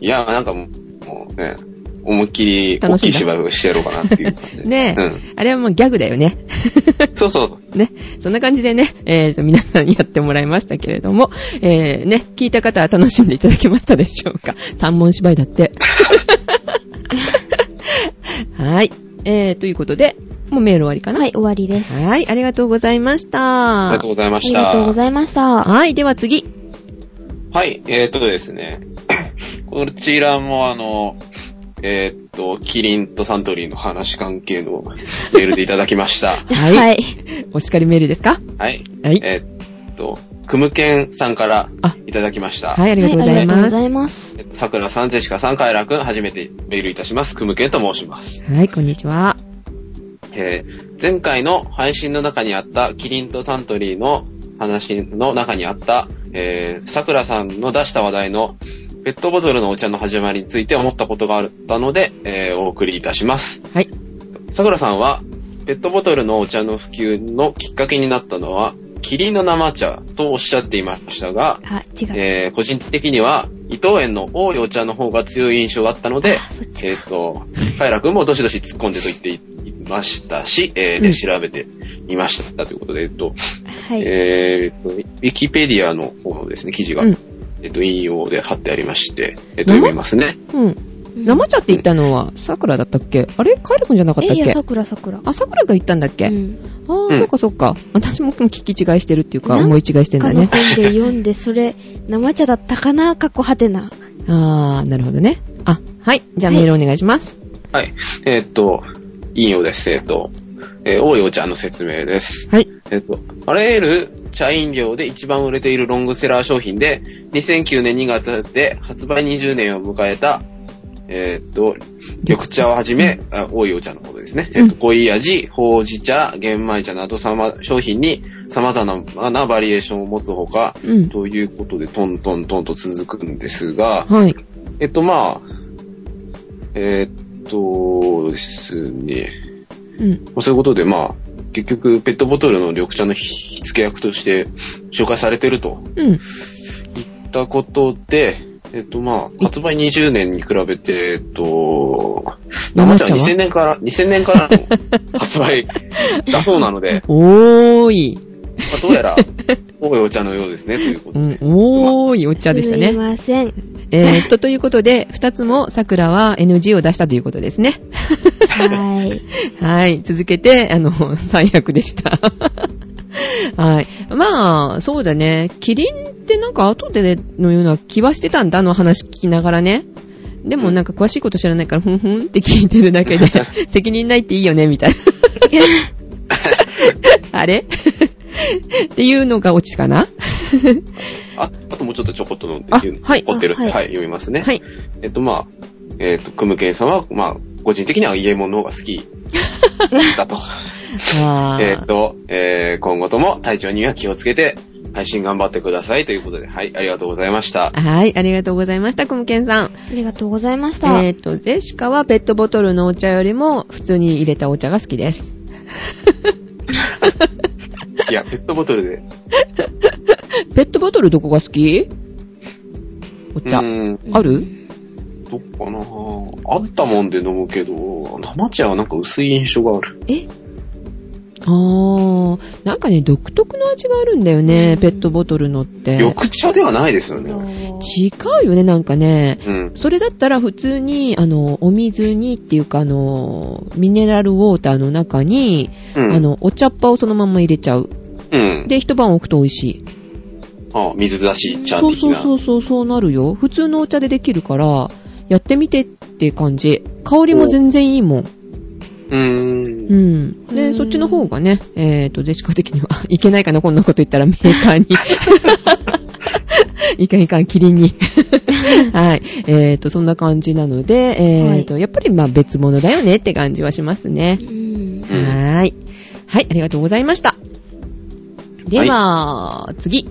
Speaker 1: いや、なんかもう、もうね、思いっきり大
Speaker 3: 楽し
Speaker 1: き
Speaker 3: ん
Speaker 1: い
Speaker 3: だ
Speaker 1: 芝居をしてやろうかなっていう感じで。
Speaker 3: ねえ、
Speaker 1: うん。
Speaker 3: あれはもうギャグだよね。
Speaker 1: そうそう。
Speaker 3: ね。そんな感じでね、えーと、皆さんにやってもらいましたけれども、えー、ね、聞いた方は楽しんでいただけましたでしょうか。三問芝居 だって。 はい。えー、ということで、もうメール終わりかな。
Speaker 2: はい、終わりです。あ
Speaker 3: はい。ありがとうございまし
Speaker 1: あり
Speaker 3: た。
Speaker 1: がとうございまし
Speaker 2: り
Speaker 1: た。
Speaker 2: がとうございました。
Speaker 3: はい。では次。
Speaker 1: はい、えー、っとですね。 こちらもあの、えー、っと、キリンとサントリーの話関係の メールでいただきました。
Speaker 3: はい
Speaker 2: はい。
Speaker 3: お叱りメールですか
Speaker 1: はい。
Speaker 3: はい。
Speaker 1: えー、っと、クムケンさんから
Speaker 3: あ
Speaker 1: いただきました。
Speaker 3: はい、ありがとうござい
Speaker 2: はありがとう
Speaker 3: ま
Speaker 2: ご
Speaker 3: す。
Speaker 2: ざ
Speaker 3: はい
Speaker 2: ます。
Speaker 1: えっと桜さん、ジェシカさん、カエラくん、初めてメールいたします。クムケンと申します。
Speaker 3: い、こんにちは。
Speaker 1: えー前回の配信の中にあった、キリンとサントリーの話の中にあった、えー、桜さんの出した話題の、ペットボトルのお茶の始まりについて思ったことがあったので、えーお送りいたします。
Speaker 3: はい。
Speaker 1: 桜さんは、ペットボトルのお茶の普及のきっかけになったのは、キリンの生茶とおっしゃっていましたが、
Speaker 2: あ、違う。
Speaker 1: えー個人的には、伊藤園の多いお茶の方が強い印象があったので
Speaker 2: あ、そっち
Speaker 1: えっ、と、カイラ君もどしどし突っ込んでと言っていましたし、えー
Speaker 3: うん
Speaker 1: で、調べていましたということで、えっ、と、
Speaker 2: はい。
Speaker 1: えっ、と、ウィキペディアの方のですね、記事が、
Speaker 3: うん
Speaker 1: えっ、と、引用で貼ってありまして、えっ、と、
Speaker 3: 生
Speaker 1: 読みますね。
Speaker 3: うん。
Speaker 2: うん
Speaker 3: 生茶って言ったのは、桜だったっけあれカエルくんじゃなかっ
Speaker 2: え、
Speaker 3: たっ
Speaker 2: いや、
Speaker 3: け
Speaker 2: 桜桜。
Speaker 3: あ、桜が言ったんだっけ、
Speaker 2: うん。
Speaker 3: ああ、
Speaker 1: うん
Speaker 3: そうかそうか。私も聞き違いしてるっていうか、
Speaker 2: なん
Speaker 3: 思い違いしてんだ
Speaker 2: 他の
Speaker 3: ね。
Speaker 2: 本で読んで、それ、生茶だったかなかっこはてな。
Speaker 3: あー、なるほどね。あ、はい。じゃあメールお願いします。
Speaker 1: はい。えっ、と、引用です。えっ、と、えー多いお茶の説明です。
Speaker 3: はい。
Speaker 1: えっと、あらゆる茶飲料で一番売れているロングセラー商品で、2009年2月で発売20年を迎えた、えっと、緑茶をはじめ、あ多いお茶のことですね。えっと、濃い味、ほうじ茶、玄米茶など様商品に様々なバリエーションを持つほか、
Speaker 3: うん。
Speaker 1: ということで、トントントンと続くんですが、
Speaker 3: はい。
Speaker 1: えっと、まあ、えっとですね、
Speaker 3: うん。
Speaker 1: まあそういうことで、まあ、結局、ペットボトルの緑茶の火付け役として紹介されてると
Speaker 3: うん。
Speaker 1: いったことで、えっと、まあ、発売20年に比べて、えっと、生茶
Speaker 3: 生茶
Speaker 1: は
Speaker 3: は
Speaker 1: 2000年から、2000年から の発売だそうなので、
Speaker 3: おーい。
Speaker 1: まあ、どうやら、多いお茶のようですね、ということ
Speaker 3: う
Speaker 1: で。
Speaker 3: ん、おーい、お茶でした
Speaker 2: すみ
Speaker 3: ね。
Speaker 2: ません。
Speaker 3: えーっと、ということで、二つも桜は NG を出したということですね。
Speaker 2: はい。
Speaker 3: はい。続けて、あの、 最悪でした。 はい。まあ、そうだね。キリンってなんか後でのような気はしてたんだ、あの話聞きながらね。でもなんか詳しいこと知らないから、ふんふんって聞いてるだ けで、責任ないっていいよね、みたい な。あれ っていうのがオチかな
Speaker 1: ああともうちょっとちょこっと飲んで、
Speaker 3: あ
Speaker 1: 言う
Speaker 3: はい
Speaker 1: 凝ってるんで、
Speaker 2: あ
Speaker 1: は
Speaker 2: はい
Speaker 1: い、読みますね。
Speaker 3: はい。
Speaker 1: えっと、まあ、えっと、クムケンさんは、まあ、個人的にはイエモンの方が好きだ と。
Speaker 3: あ
Speaker 1: えーっ
Speaker 3: ー
Speaker 1: と、えー、今後とも体調には気をつけて、配信頑張ってくださいということで、はい、ありがとうございました。
Speaker 3: はい。ありがとうございました、コムケンさん。
Speaker 2: ありがとうございました。
Speaker 3: えーっと、ゼシカはペットボトルのお茶よりも、普通に入れたお茶が好きです。
Speaker 1: いや、ペットボトルで。
Speaker 3: ペットボトルどこが好きお茶
Speaker 1: う。ーん、
Speaker 3: ある
Speaker 1: どうかなあったもんで飲むけど、生茶はなんか薄い印象がある。
Speaker 3: えあー、なんかね、独特の味があるんだよね、ペットボトルのって。
Speaker 1: 緑茶ではないですよね。
Speaker 3: 違うよね、なんかね。
Speaker 1: うん。
Speaker 3: それだったら普通に、あの、お水にっていうか、あの、ミネラルウォーターの中に、
Speaker 1: うん。
Speaker 3: あ、の、お茶っ葉をそのまんま入れちゃう。
Speaker 1: うん。
Speaker 3: で、一晩置くと美味しい。
Speaker 1: あ水出し茶
Speaker 3: そう
Speaker 1: 的
Speaker 3: そう
Speaker 1: な。
Speaker 3: そうそう、そうなるよ。普通のお茶でできるから、やってみてって感じ。香りも全然いいもん。
Speaker 1: うー。
Speaker 3: うんん。
Speaker 2: う
Speaker 3: で、
Speaker 2: ん
Speaker 3: そっちの方がね、えっ、と、ジェシカ的には、 あいけないかな、こんなこと言ったらメーカー に。いかんいかん、キリンに。 はい。えっ、と、そんな感じなので、えっ、と、やっぱりまあ別物だよねって感じはしますね
Speaker 2: う。ん。
Speaker 1: うん
Speaker 3: はーい。はい、ありがとうございました。では、次。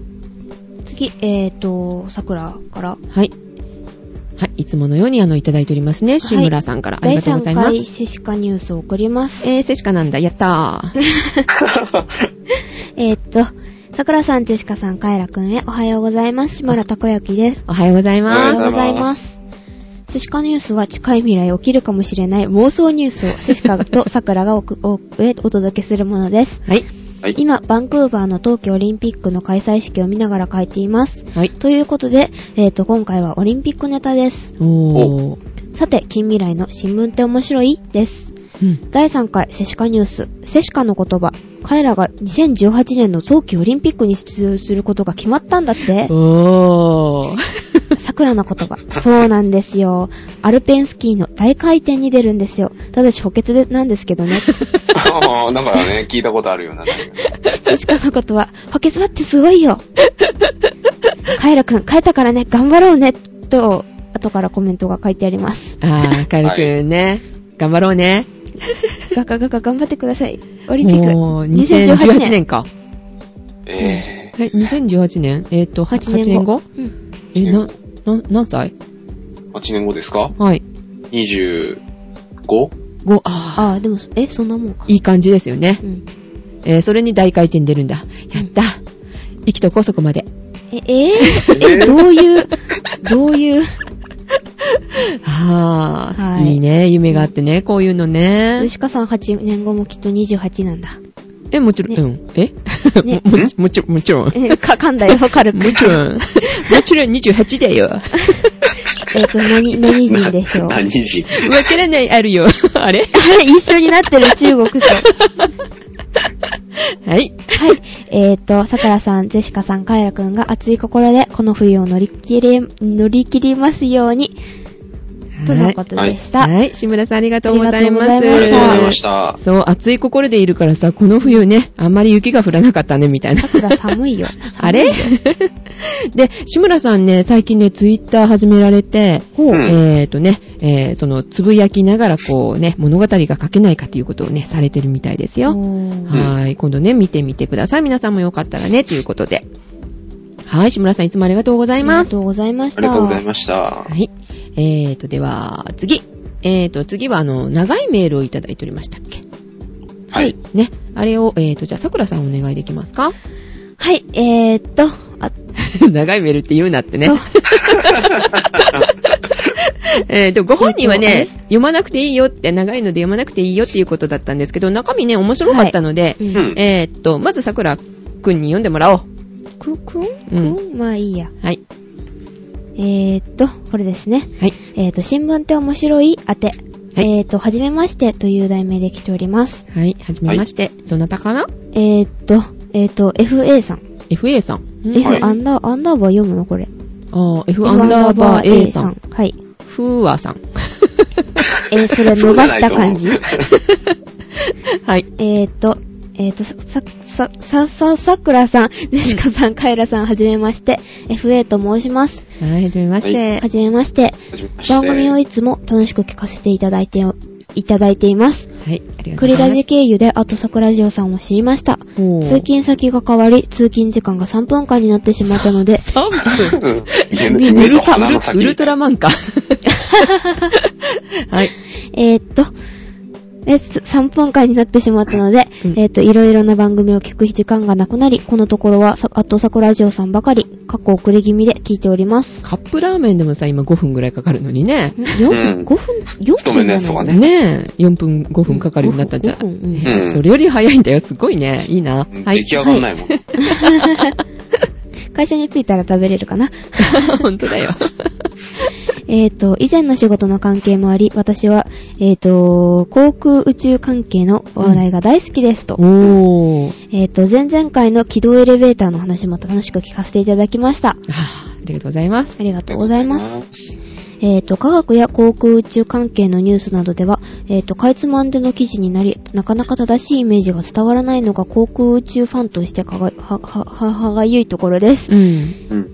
Speaker 2: 次、えっ、ー、と、桜から。
Speaker 3: はい。はい、いつものようにあの、いただいておりますね。志村さんから、あ
Speaker 2: 第
Speaker 3: りがとうござ
Speaker 2: 3
Speaker 3: います。
Speaker 2: 回、セシカニュースを送ります。
Speaker 3: えー、セシカなんだ。やったー。
Speaker 2: えっ、と、桜さん、ジェシカさん、カエラくんへおはようございます。島村たこやきです。
Speaker 3: おはようござい
Speaker 1: おは
Speaker 3: ま
Speaker 1: よ
Speaker 3: す
Speaker 1: う。ござい
Speaker 2: ま。
Speaker 1: ます
Speaker 2: セシカニュースは近い未来起きるかもしれない妄想ニュースをセシカと桜がおくおえお届けするものです。
Speaker 3: はい。
Speaker 1: はい。
Speaker 2: 今、バンクーバーの冬季オリンピックの開催式を見ながら書いています。
Speaker 3: はい。
Speaker 2: ということで、えっ、と、今回はオリンピックネタです。
Speaker 3: おー。
Speaker 2: さて、近未来の新聞って面白いです。
Speaker 3: うん。
Speaker 2: 第3回、セシカニュース、セシカの言葉、彼らが2018年の冬季オリンピックに出場することが決まったんだって。
Speaker 3: おー。
Speaker 2: 桜の言葉。そうなんですよ。アルペンスキーの大回転に出るんですよ。ただし補欠でなんですけ どね。
Speaker 1: ああ、だからね、聞いたことあるような。
Speaker 2: 確かのことは、補欠だってすごいよ。カエラくん、帰ったからね、頑張ろうね、と、後からコメントが書いてあります。
Speaker 3: あー、カエルくんね、頑張ろうね。
Speaker 2: ガカガカ頑張ってください。オリンピック。
Speaker 3: もう、2018
Speaker 2: 2018
Speaker 3: 年か。
Speaker 1: ええ
Speaker 3: はい、2018年えっ、と、8
Speaker 2: 8年
Speaker 3: 年後
Speaker 2: 後うん。
Speaker 3: え、な、な、何歳
Speaker 1: 8年後ですか
Speaker 3: はい。
Speaker 1: ?25?
Speaker 3: 5、あ
Speaker 2: ああ、でも、え、そんなもんか
Speaker 3: ー。いい感じですよね
Speaker 2: う。ん。
Speaker 3: えーそれに大回転出るんだ。やった。生きとこうそこまで。
Speaker 2: え、えー え、どういう、どういう、
Speaker 3: あー、
Speaker 2: はい
Speaker 3: いいね。夢があってね、こういうのね
Speaker 2: ヨ。シカさん8年後もきっと28なんだ。
Speaker 3: え、もちろん、うん。え、
Speaker 2: ね
Speaker 3: ももちもちろん、もちろん。
Speaker 2: え、か、かんだよ、わかる。
Speaker 3: もちろ ん、もちろん28だよ。わ
Speaker 2: えっと、何、何人 でしょう。あ
Speaker 1: 何時
Speaker 3: からない、あるよ。 あれ
Speaker 2: れ、 一緒になってる中国と。は
Speaker 3: はい。
Speaker 2: い。えっ、ー、と、さくらさん、ジェシカさん、カエラくんが熱い心でこの冬を乗り切れ、乗り切りますように、とのことでした。
Speaker 3: はい。志村さんありがとうございます。
Speaker 1: あ
Speaker 2: あり
Speaker 1: りがとうござい
Speaker 2: が
Speaker 1: ました。
Speaker 3: そう、暑い心でいるからさ、この冬ね、あんまり雪が降らなかったね、みたいな
Speaker 2: さ。くら寒いよ。
Speaker 3: あれで、志村さんね、最近ね、ツイッター始められて、
Speaker 1: うん
Speaker 3: えっ、とね、えーその、つぶやきながらこうね、物語が書けないかということをね、されてるみたいです
Speaker 2: お
Speaker 3: よ。
Speaker 2: ー
Speaker 3: はい。今度ね、見てみてください。皆さんもよかったらね、ということで。はい、志村さんいつもありがとうござ
Speaker 2: あ
Speaker 3: い
Speaker 2: り
Speaker 3: ま
Speaker 2: が
Speaker 3: す。
Speaker 2: とうございまし
Speaker 1: あ
Speaker 2: た。
Speaker 1: りがとうございました。
Speaker 3: はい。えーと、では、次。えーと、次は、あの、長いメールをいただいておりましたっけ
Speaker 1: はい。
Speaker 3: ね。あれを、えーと、じゃあ、桜さんお願いできますか
Speaker 2: はい、えーっと、あ
Speaker 3: 長いメールって言うなってね
Speaker 2: そう。
Speaker 3: えーと、ご本人は
Speaker 2: え
Speaker 3: ね、
Speaker 2: ーと
Speaker 3: 読まなくていいよって、長いので読まなくていいよっていうことだったんですけど、中身ね、面白かったので、
Speaker 2: うん
Speaker 1: うん
Speaker 3: えーと、まず桜くんに読んでもらおう。
Speaker 2: く、くんく
Speaker 3: うん
Speaker 2: んまあいいや。
Speaker 3: はい。
Speaker 2: えーっと、これですね。
Speaker 3: はい。
Speaker 2: えーっと、新聞って面白い当て。
Speaker 3: い
Speaker 2: えーっと、はじめましてという題名で来ております。
Speaker 3: はい。はじめまして。どなたかな
Speaker 2: えーっと、えーっと、FA さん。
Speaker 3: ?FA さん。うん
Speaker 2: F
Speaker 1: はい
Speaker 2: アンダー、アンダーバー読むのこれ。
Speaker 3: あー F アンダーバー A さん。。
Speaker 2: はい。
Speaker 3: ふーわさん。
Speaker 2: えー、それ伸ばした感じ
Speaker 1: そう
Speaker 3: はい。
Speaker 2: えーっと、えーっと、さ、さ、さ、さ、さくらさん、ジェシカさん、カエラさん、はじめまして。FA と申します。
Speaker 3: はい、はじめまして
Speaker 2: は。じめまして。
Speaker 1: じめまして
Speaker 2: 番組をいつも楽しく聞かせていただいてお、いただいています。
Speaker 3: はい、ありがと
Speaker 2: ク
Speaker 3: うご
Speaker 2: リ
Speaker 3: ざ
Speaker 2: ラ
Speaker 3: いま
Speaker 2: ジ経由で、あとさくらじおさんを知りました。
Speaker 3: す。おー
Speaker 2: 通勤先が変わり、通勤時間が3分間になってしまったので、
Speaker 3: 三
Speaker 1: う
Speaker 3: 分。
Speaker 1: ん
Speaker 3: ウ
Speaker 1: 目
Speaker 3: ル
Speaker 1: の
Speaker 3: ト
Speaker 1: 鼻の
Speaker 3: ラウ
Speaker 1: 先。
Speaker 3: ルトラマンか。 はい。
Speaker 2: えーっと、え、す3分間になってしまったので、
Speaker 3: うん
Speaker 2: えーっと、いろいろな番組を聞く時間がなくなり、このところは、さあとさくらジオさんばかり、過去遅れ気味で聞いております。
Speaker 3: カップラーメンでもさ、今5分ぐらいかかるのにね。
Speaker 2: 4分、
Speaker 1: うん
Speaker 2: 5分、4
Speaker 1: 太
Speaker 2: 分
Speaker 1: め
Speaker 2: じ
Speaker 1: の
Speaker 2: ゃ
Speaker 1: やつとかね
Speaker 2: ないですか。
Speaker 3: ねえ、4分、5分かかるようになったんじゃ。
Speaker 2: 5分うん
Speaker 3: ねえ
Speaker 1: うん
Speaker 3: それより早いんだよ、すごいね。いいな。は
Speaker 1: 出
Speaker 3: い
Speaker 1: 来。上がんないもん。
Speaker 2: 会社に着いたら食べれるかな。
Speaker 3: 本当だよ。
Speaker 2: えっと、以前の仕事の関係もあり、私は、えっ、と、航空宇宙関係の話題が大好きですと。
Speaker 3: おー。
Speaker 2: えっ、と、前々回の軌道エレベーターの話も楽しく聞かせていただきました。
Speaker 3: あーありがとうございます。
Speaker 2: ありがとうございます。
Speaker 1: す。
Speaker 2: えっ、と、科学や航空宇宙関係のニュースなどでは、えっ、と、かいつまんでの記事になり、なかなか正しいイメージが伝わらないのが航空宇宙ファンとしてかが、は、は、は、はがゆいところです。
Speaker 3: うん。
Speaker 1: うん。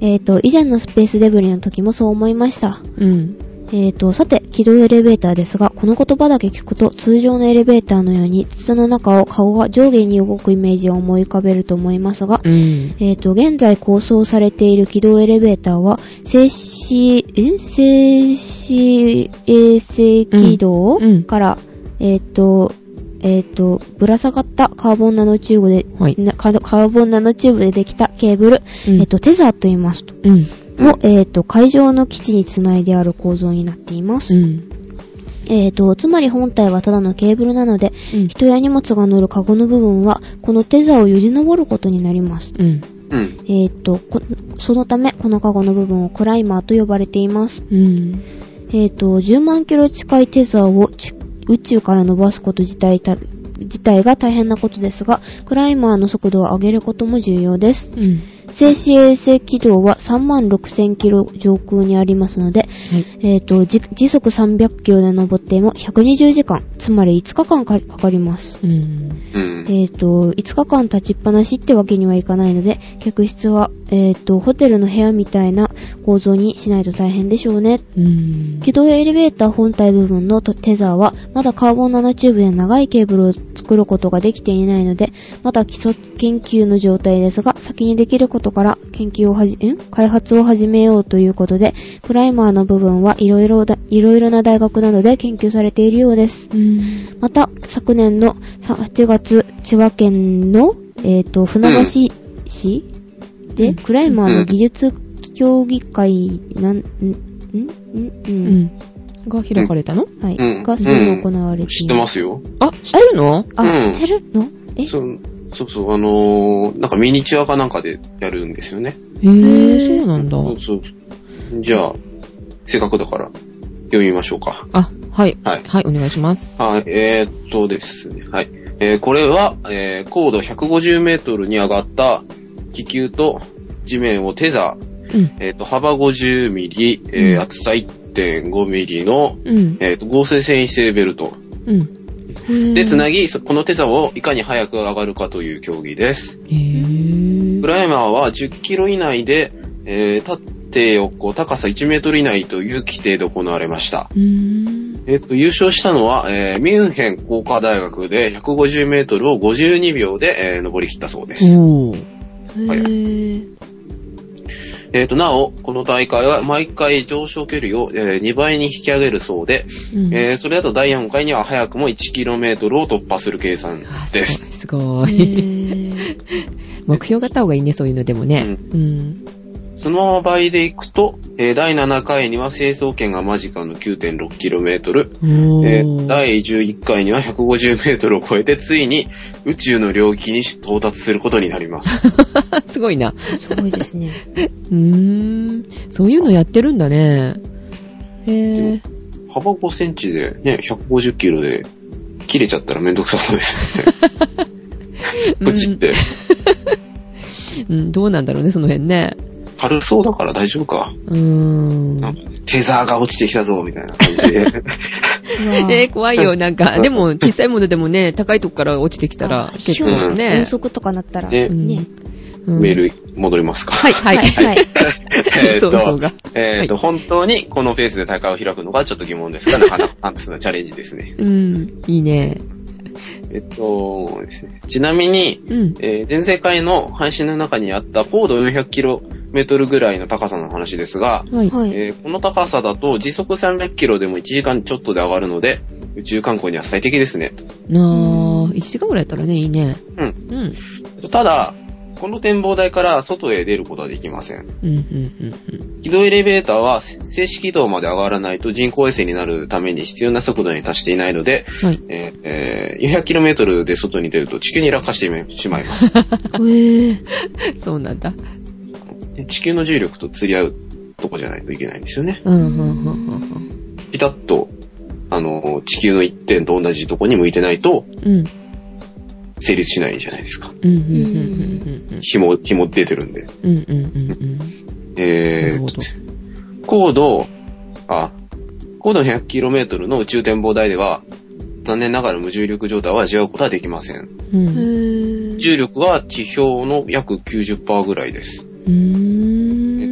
Speaker 2: えっ、と、以前のスペースデブリの時もそう思いました。
Speaker 3: うん。
Speaker 2: えーと、さて、軌道エレベーターですが、この言葉だけ聞くと、通常のエレベーターのように、筒の中を顔が上下に動くイメージを思い浮かべると思いますが、
Speaker 3: うん。
Speaker 2: えーと、現在構想されている軌道エレベーターは、静止、え静止衛星軌道
Speaker 3: うんうん
Speaker 2: から、えーと、えーと、ぶら下がったカーボンナノチューブで、
Speaker 3: はい
Speaker 2: なカードカーボンナノチューブでできたケーブル、
Speaker 3: うん
Speaker 2: えーと、テザーと言いますと。
Speaker 3: うん。
Speaker 2: を、えーと、海上の基地につないである構造になっています。
Speaker 3: うん。
Speaker 2: えーと、つまり本体はただのケーブルなので、
Speaker 3: うん
Speaker 2: 人や荷物が乗るカゴの部分は、このテザーをよじ登ることになります。
Speaker 3: うん。
Speaker 1: うん。
Speaker 2: えーと、こそのため、このカゴの部分をクライマーと呼ばれています。
Speaker 3: うん。
Speaker 2: えーと、10万キロ近いテザーをち宇宙から伸ばすこと自体た自体が大変なことですが、クライマーの速度を上げることも重要です。
Speaker 3: うん。
Speaker 2: 静止衛星軌道は3万6000キロ上空にありますので、
Speaker 3: はい。
Speaker 2: えっ、と、じ時速300キロで登っても120時間、つまり5日間かかかります。
Speaker 3: うん。
Speaker 1: うん。
Speaker 2: えっ、と、5日間立ちっぱなしってわけにはいかないので、客室は、えっ、と、ホテルの部屋みたいな構造にしないと大変でしょうね。
Speaker 3: うん。
Speaker 2: 軌道エレベーター本体部分のテザーは、まだカーボンナチューブや長いケーブルを作ることができていないので、まだ基礎研究の状態ですが、先にできることから研究をはじ、ん開発を始めようということで、クライマーの部分はいろいろだ、いろいろな大学などで研究されているようです。
Speaker 3: うん。
Speaker 2: また、昨年のさ8月、千葉県の、えっ、と、船橋市、で、
Speaker 3: うん
Speaker 2: クライマーの技術協議会、なん、ん、ん、ん、、
Speaker 3: うんん。が開かれたの
Speaker 2: はい。
Speaker 1: うん
Speaker 2: がすでに行われている。
Speaker 1: 知ってますよ。
Speaker 3: あ、知ってるの
Speaker 2: あ、
Speaker 1: うん
Speaker 2: 知ってるのえ
Speaker 1: そうそうそう、あのー、なんかミニチュアかなんかでやるんですよね。
Speaker 3: へ
Speaker 2: ー
Speaker 3: え、そうなんだ。
Speaker 1: そうそうそう。じゃあ、せっかくだから、読みましょうか。
Speaker 3: あ、はい。
Speaker 1: はい
Speaker 3: はい、お願いします。
Speaker 1: はい、えー、っとですね、はい。えーこれは、えー高度150メートルに上がった気球と地面をテザー、
Speaker 3: うん。
Speaker 1: えーっと、幅50ミリ、え
Speaker 3: うん
Speaker 1: ー厚さ1.5ミリの、
Speaker 3: うん。
Speaker 1: えーっと、合成繊維製ベルト。
Speaker 3: うん。
Speaker 1: で、つ
Speaker 2: ぎ。
Speaker 1: なぎ、そこのテザーをいかに早く上がるかという競技です。
Speaker 3: へえ
Speaker 1: ク。ライマーは10キロ以内で、えー縦横、高さ1メートル以内という規定で行われました。
Speaker 3: うーん。
Speaker 1: えっと、優勝したのは、えーミュンヘン工科大学で150メートルを52秒で、えー登り切ったそうです。
Speaker 3: おー。
Speaker 1: はいえっと、なお、この大会は毎回上昇距離を、え2倍に引き上げるそうで、
Speaker 3: うん
Speaker 1: えーそれだと第4回には早くも 1km を突破する計算
Speaker 3: あすご
Speaker 1: で
Speaker 3: い
Speaker 1: す。
Speaker 3: すごい。目標があった方がいいね、そういうのでもね。うん。
Speaker 1: そのまま倍でいくと、えー第7回には成層圏が間近の 9.6km、
Speaker 3: お
Speaker 1: えー第11回には 150m を超えてついに宇宙の領域に到達することになります。
Speaker 3: すごいな。
Speaker 2: すごいです ね。
Speaker 3: うーん。そういうのやってるんだね。へえ。
Speaker 1: 幅5センチで、ね、150キロで、切れちゃったらめんどくさそうですね。プチって。
Speaker 3: うん、どうなんだろうね、その辺ね。
Speaker 1: 軽そうだから大丈夫か。
Speaker 3: うーん。
Speaker 1: なんかね、テザーが落ちてきたぞ、みたいな感じで。
Speaker 2: うわ
Speaker 3: えー、怖いよ、なんか。でも、小さいものでもね、高いとこから落ちてきたら
Speaker 2: あ、
Speaker 3: 結構ね
Speaker 2: 音。速とかなったら。
Speaker 1: ね
Speaker 3: うん
Speaker 2: ね。
Speaker 3: うん
Speaker 1: メー。ル、戻りますか。
Speaker 3: はい、はい。
Speaker 2: はい。
Speaker 1: えーっ
Speaker 3: そう
Speaker 1: と、
Speaker 3: そうが。
Speaker 1: えーっと、本当にこのペースで大会を開くのがちょっと疑問です が、なかなかアンプスなチャレンジですね。
Speaker 3: うん、いいね。
Speaker 1: えっとですね、ちなみに、
Speaker 3: うん。
Speaker 1: えー前世界の配信の中にあった高度 400km ぐらいの高さの話ですが、
Speaker 3: はい。
Speaker 2: はい。
Speaker 1: えーこの高さだと時速300キロでも1時間ちょっとで上がるので、宇宙観光には最適ですね。
Speaker 3: なあ、1時間ぐらいやったらね、いいね。
Speaker 1: うん
Speaker 3: うん。
Speaker 1: ただ、この展望台から外へ出ることはできません。
Speaker 3: うん、うん、うん
Speaker 1: 軌道エレベーターは静止軌道まで上がらないと人工衛星になるために必要な速度に達していないので、
Speaker 3: うん。はい。
Speaker 1: えーえー 400km で外に出ると地球に落下してしまいます。
Speaker 3: へえ、 そうなんだ。
Speaker 1: で地球の重力と釣り合うとこじゃないといけないんですよね。
Speaker 3: うん、うん、うん、うん
Speaker 1: ピタッと、あの、地球の一点と同じとこに向いてないと
Speaker 3: うん。うん、
Speaker 1: 成立しないじゃないですか。
Speaker 3: うん、うん、うん、うん
Speaker 1: 紐、紐出てるんで。
Speaker 3: うん、うん、うん、うん。な
Speaker 1: え
Speaker 3: る
Speaker 1: ー
Speaker 3: ほ
Speaker 1: っ
Speaker 3: ど
Speaker 1: と、。高度、あ、高度 100km の宇宙展望台では、残念ながら無重力状態を味わうことはできません。
Speaker 3: うん。
Speaker 2: へ
Speaker 3: う
Speaker 2: ー
Speaker 1: 重力は地表の約90%ぐらいです。
Speaker 3: ー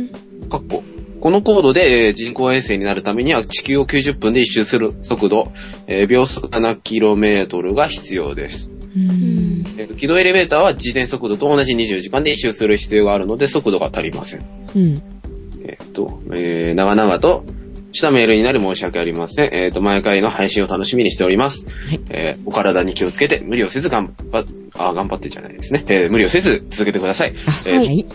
Speaker 3: ん。
Speaker 1: かっこ。この高度でえー人工衛星になるためには地球を90分で一周する速度、えー秒速 7km が必要です。
Speaker 3: うん。
Speaker 1: えっと軌道エレベーターは自転速度と同じ20時間で一周する必要があるので速度が足りません。
Speaker 3: うん。
Speaker 1: えっと、えー、長々と、したメールになり申し訳ありません。えっ、と、毎回の配信を楽しみにしております。
Speaker 3: はい
Speaker 1: えーお体に気をつけて、無理をせず頑張っ、あ、頑張ってじゃないですね。えー無理をせず続けてください。
Speaker 3: あ、
Speaker 1: えー
Speaker 3: はい。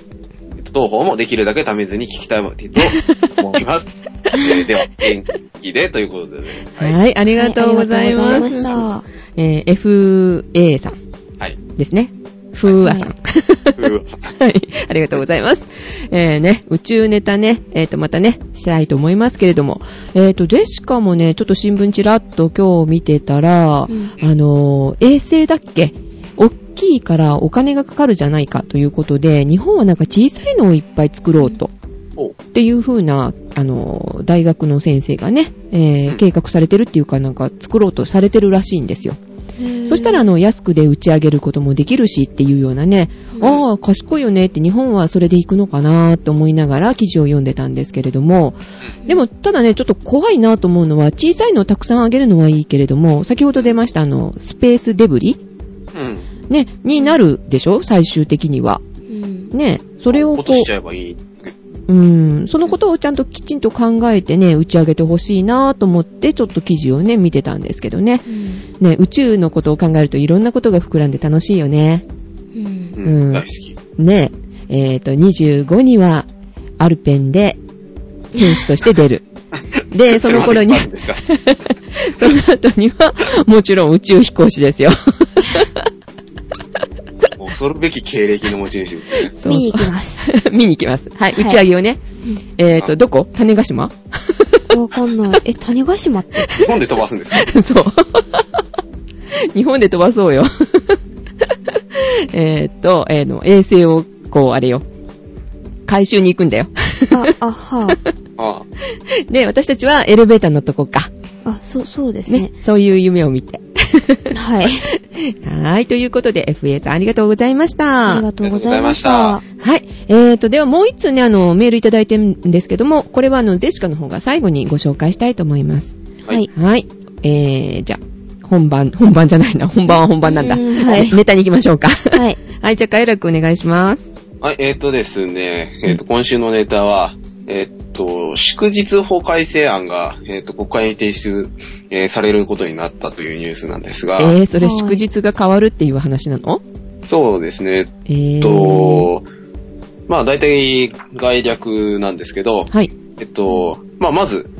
Speaker 1: えっと当方もできるだけためずに聞きたいと思い ます。えーでは、元気でということで、ね。はい。
Speaker 3: はい、ありがとうござい
Speaker 2: ありがとうござ
Speaker 3: ま
Speaker 2: い
Speaker 3: す。
Speaker 2: ま
Speaker 3: えー FA さん
Speaker 1: はい。
Speaker 3: ですね。ふーあさん。
Speaker 1: うわ
Speaker 3: はい、ありがとうございます。えーね、宇宙ネタね、えっ、と、またね、したいと思いますけれども、えっ、と、でしかもね、ちょっと新聞ちらっと今日見てたら、
Speaker 2: うん
Speaker 3: あのー、衛星だっけ大きいからお金がかかるじゃないかということで、日本はなんか小さいのをいっぱい作ろうと。
Speaker 1: おう
Speaker 3: っていう風な、あの、大学の先生がね、えー
Speaker 1: うん
Speaker 3: 計画されてるっていうかなんか作ろうとされてるらしいんですよ。そしたら、あの、安くで打ち上げることもできるしっていうようなね、
Speaker 2: うん
Speaker 3: ああ、賢いよねって日本はそれで行くのかなと思いながら記事を読んでたんですけれども、でも、ただね、ちょっと怖いなと思うのは、小さいのをたくさんあげるのはいいけれども、先ほど出ました、あの、スペースデブリ
Speaker 1: うん。
Speaker 3: ね、になるでしょ最終的には。
Speaker 2: うん、
Speaker 3: ね、それを
Speaker 1: 落
Speaker 3: ことう
Speaker 1: し、ちゃえばいい。
Speaker 3: うん、そのことをちゃんときちんと考えてね、打ち上げてほしいなと思って、ちょっと記事をね、見てたんですけどね。
Speaker 2: うん
Speaker 3: ね、宇宙のことを考えるといろんなことが膨らんで楽しいよね。
Speaker 2: うん
Speaker 1: う
Speaker 3: う
Speaker 1: ん。
Speaker 3: ん
Speaker 1: 大好き。
Speaker 3: ね、えっ、と、25には、アルペンで、選手として 出る。で、その頃に
Speaker 1: いつまでいっぱいあ、るん ですか
Speaker 3: その後には、もちろん宇宙飛行士ですよ。
Speaker 1: もう恐るべき経歴の持ち主ですね。
Speaker 3: そうそう
Speaker 2: 見に行き ます。
Speaker 3: 見に行きます。はい、
Speaker 2: はい
Speaker 3: 打ち上げをね。えっ、と、
Speaker 1: あ
Speaker 3: どこ種ヶ島
Speaker 2: わかんない。え、種ヶ島って
Speaker 1: 日本で飛ばすんですか
Speaker 3: そう。日本で飛ばそうよ。 えっと、えーの、衛星を、こう、あれよ。回収に行くんだよ。
Speaker 2: あ、あは
Speaker 1: ああ。
Speaker 3: で、私たちはエレベーター乗っとこうか。
Speaker 2: あ。あ、そう、そうです
Speaker 3: ね
Speaker 2: ね。。
Speaker 3: そういう夢を見て。
Speaker 2: はい。
Speaker 3: はい。ということで、FA さんありがとうございまし
Speaker 2: あ
Speaker 3: た。
Speaker 2: り
Speaker 3: は
Speaker 2: がとうございまし
Speaker 1: あ
Speaker 2: た。
Speaker 3: い。えーと、ではもう一通ね、あの、メールいただいてるんですけども、これはあの、ゼシカの方が最後にご紹介したいと思います。
Speaker 1: は
Speaker 2: はい
Speaker 1: い。
Speaker 3: はい。えー、じゃあ、本番、本番じゃないな。本番は本番なんだ。
Speaker 2: うんはい
Speaker 3: ネタに行きましょうか。
Speaker 2: はい。
Speaker 3: はい、じゃあ、カエラくんお願いします。
Speaker 1: はい、えっとですね、えっと、今週のネタは、えっと、祝日法改正案が、えっと、国会に提出、えーされることになったというニュースなんですが、
Speaker 3: えー、それ
Speaker 2: はい
Speaker 3: 祝日が変わるっていう話なの
Speaker 1: そうですね、
Speaker 3: え
Speaker 1: え
Speaker 3: ー。
Speaker 1: っと、まあ、大体概略なんですけど、
Speaker 3: はい。
Speaker 1: えっと、まあ、まず、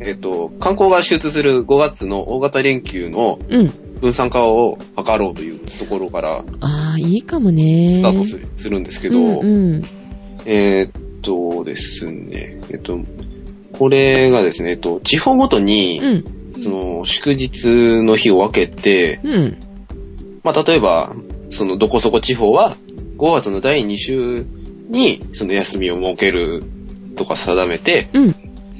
Speaker 1: えっと、観光が集中する5月の大型連休の
Speaker 3: うん。
Speaker 1: 分散化を図ろうというところから
Speaker 3: あー、いいかもね。
Speaker 1: スタートする,、するんですけど、
Speaker 3: うん、うん。
Speaker 1: えーっとですね、えっと、これがですね、えっと、地方ごとに、
Speaker 3: うん。
Speaker 1: その、祝日の日を分けて、
Speaker 3: うん。
Speaker 1: まあ、例えば、その、どこそこ地方は、5月の第2週に、その休みを設けるとか定めて、
Speaker 3: うん。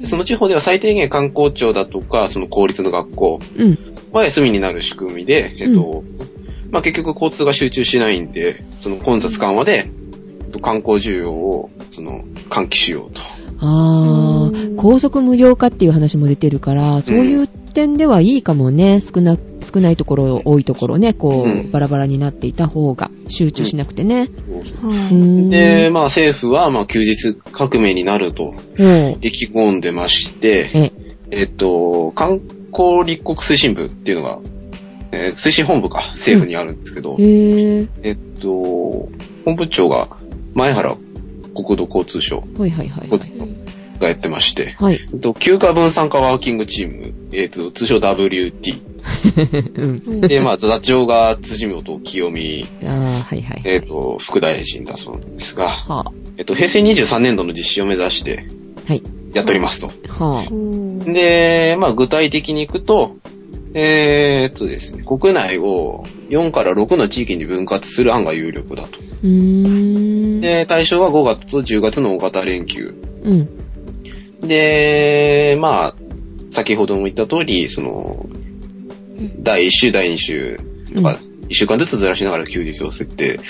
Speaker 1: その地方では最低限観光庁だとか、その公立の学校
Speaker 3: うん。
Speaker 1: は休みになる仕組みで、えっと、まあ、結局交通が集中しないんで、その混雑緩和で、えっと観光需要を、その、喚起しようと。
Speaker 2: う
Speaker 3: あ
Speaker 2: ん
Speaker 3: ー、高速無料化っていう話も出てるから、そういう点ではいいかもね。少な、少ないところ、多いところね、こ
Speaker 1: う
Speaker 3: う、
Speaker 1: ん
Speaker 3: バラバラになっていた方が集中しなくてね。う
Speaker 2: は
Speaker 3: ん。
Speaker 1: で、まあ政府は、まあ休日革命になると
Speaker 3: もう、
Speaker 1: 意気込んでまして、
Speaker 3: え、
Speaker 1: えっと、観光立国推進部っていうのが、えー推進本部か、政府にあるんですけど、
Speaker 3: へー。
Speaker 1: えっと、本部長が前原国土交通省
Speaker 3: はいはいはいは
Speaker 2: い。
Speaker 3: い。
Speaker 1: がやってまして、
Speaker 3: はい。
Speaker 1: えっと、休暇分散化ワーキングチーム、えっと、通称 WT。
Speaker 3: うん。
Speaker 2: うん
Speaker 1: で、まあ、座長が辻元清美、
Speaker 3: あー、はいはい。
Speaker 1: えっと、副大臣だそうなんですが、
Speaker 3: は
Speaker 1: えっと、平成23年度の実施を目指して
Speaker 3: あ。はい。
Speaker 1: やっておりますと。
Speaker 2: お
Speaker 3: は
Speaker 2: ー
Speaker 1: で、まあ具体的にいくと、えー、っとですね、国内を4から6の地域に分割する案が有力だと。
Speaker 3: あ。うーん。
Speaker 1: で、対象は5月と10月の大型連休。
Speaker 3: うん。
Speaker 1: で、まあ、先ほども言った通り、その、第1週、第2週と
Speaker 3: うん
Speaker 1: か、1週間ずつずらしながら休日を設定
Speaker 3: うん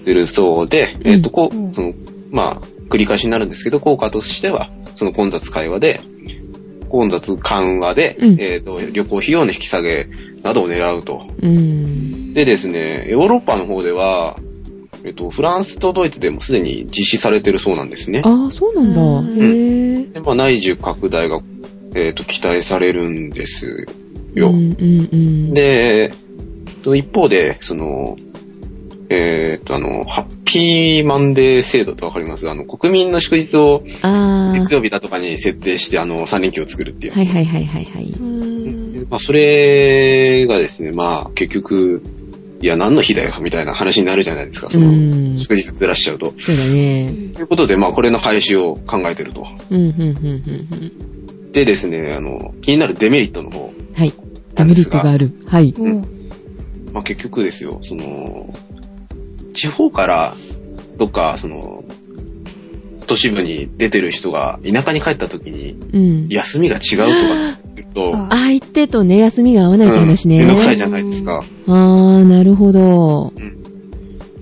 Speaker 1: するそうで、えーっと、こ
Speaker 2: うん
Speaker 1: う、その、まあ、繰り返しになるんですけど、効果としては、その混雑会話で、混雑緩和で、
Speaker 3: うん
Speaker 1: えーっと、旅行費用の引き下げなどを狙うと。
Speaker 3: うん。
Speaker 1: でですね、ヨーロッパの方では、えっと、フランスとドイツでもすでに実施されてるそうなんですね。
Speaker 3: あー、そうなんだ。
Speaker 2: うん
Speaker 3: へー。
Speaker 1: でまあ、内需拡大が、えーっと、期待されるんですよ。
Speaker 3: うんうんうん。
Speaker 1: で、えっと一方で、その、えーっと、あの、ハッピーマンデー制度ってわかりますあの、国民の祝日を
Speaker 3: あー。
Speaker 1: 月曜日だとかに設定して、あの、3連休を作るっていうやつ。
Speaker 3: はいはいはいはいはい。
Speaker 2: うーん
Speaker 1: まあ、それがですね、まあ、結局、いや、何の日だよ、みたいな話になるじゃないですか、そうの、
Speaker 3: ん
Speaker 1: 祝日ずらしちゃうと。
Speaker 3: そうだね。
Speaker 1: ということで、まあ、これの廃止を考えてると。
Speaker 3: うん、うん、うん、うん。
Speaker 1: でですね、あの、気になるデメリットの方。
Speaker 3: うんはい。デメリットがある。はい。
Speaker 1: んまあ、結局ですよ、その、地方から、どっか、その、都市部に出てる人が田舎に帰った時に、
Speaker 3: うん。
Speaker 1: 休みが違うとかすると、
Speaker 2: あ
Speaker 3: 相手とね、休みが合わないって話ね。
Speaker 1: うん、めんどくさいじゃないですか。
Speaker 3: あー、なるほど。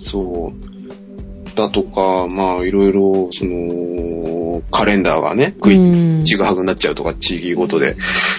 Speaker 1: そう。だとか、まあ、いろいろ、その、カレンダーがね、ぐい
Speaker 3: うん
Speaker 1: ちぐはぐになっちゃうとか、地域ごとで。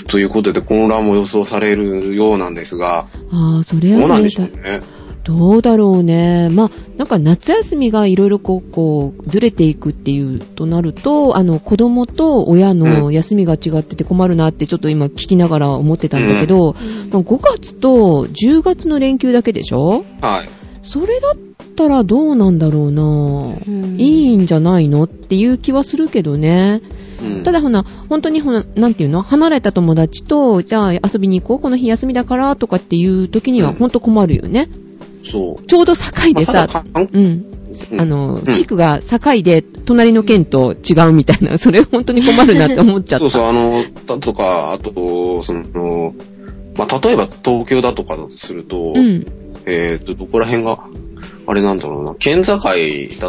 Speaker 1: ということで、混乱も予想されるようなんですが、
Speaker 3: あー、それ
Speaker 1: どうな
Speaker 3: は
Speaker 1: んで
Speaker 3: ね
Speaker 1: しょうね。
Speaker 3: どうだろうね。まあ、なんか夏休みがいろいろこう、こう、ずれていくっていうとなると、あの、子供と親の休みが違ってて困るなってちょっと今聞きながら思ってたんだけど、まあ5月と10月の連休だけでしょ
Speaker 1: はい。
Speaker 3: それだったらどうなんだろうな。
Speaker 2: い。
Speaker 3: いいんじゃないのっていう気はするけどね。
Speaker 1: うん
Speaker 3: ただほな、本当にほな、なんていうの離れた友達と、じゃあ遊びに行こう、この日休みだから、とかっていう時に
Speaker 1: う
Speaker 3: は
Speaker 1: ん
Speaker 3: 本当困るよね。
Speaker 1: そう。
Speaker 3: ちょうど境
Speaker 1: ま
Speaker 3: でさ
Speaker 1: あ、ただかん
Speaker 3: うん。
Speaker 1: うん
Speaker 3: あの、
Speaker 1: うん
Speaker 3: 地区が境で、隣の県と違うみたいな、そ れ本当に困るなって思っちゃった。
Speaker 1: そうそう、あの、だとか、あと、その、まあ、例えば東京だとかだとすると、
Speaker 3: うん。
Speaker 1: えっ、と、どこら辺が、あれなんだろうな、県境だ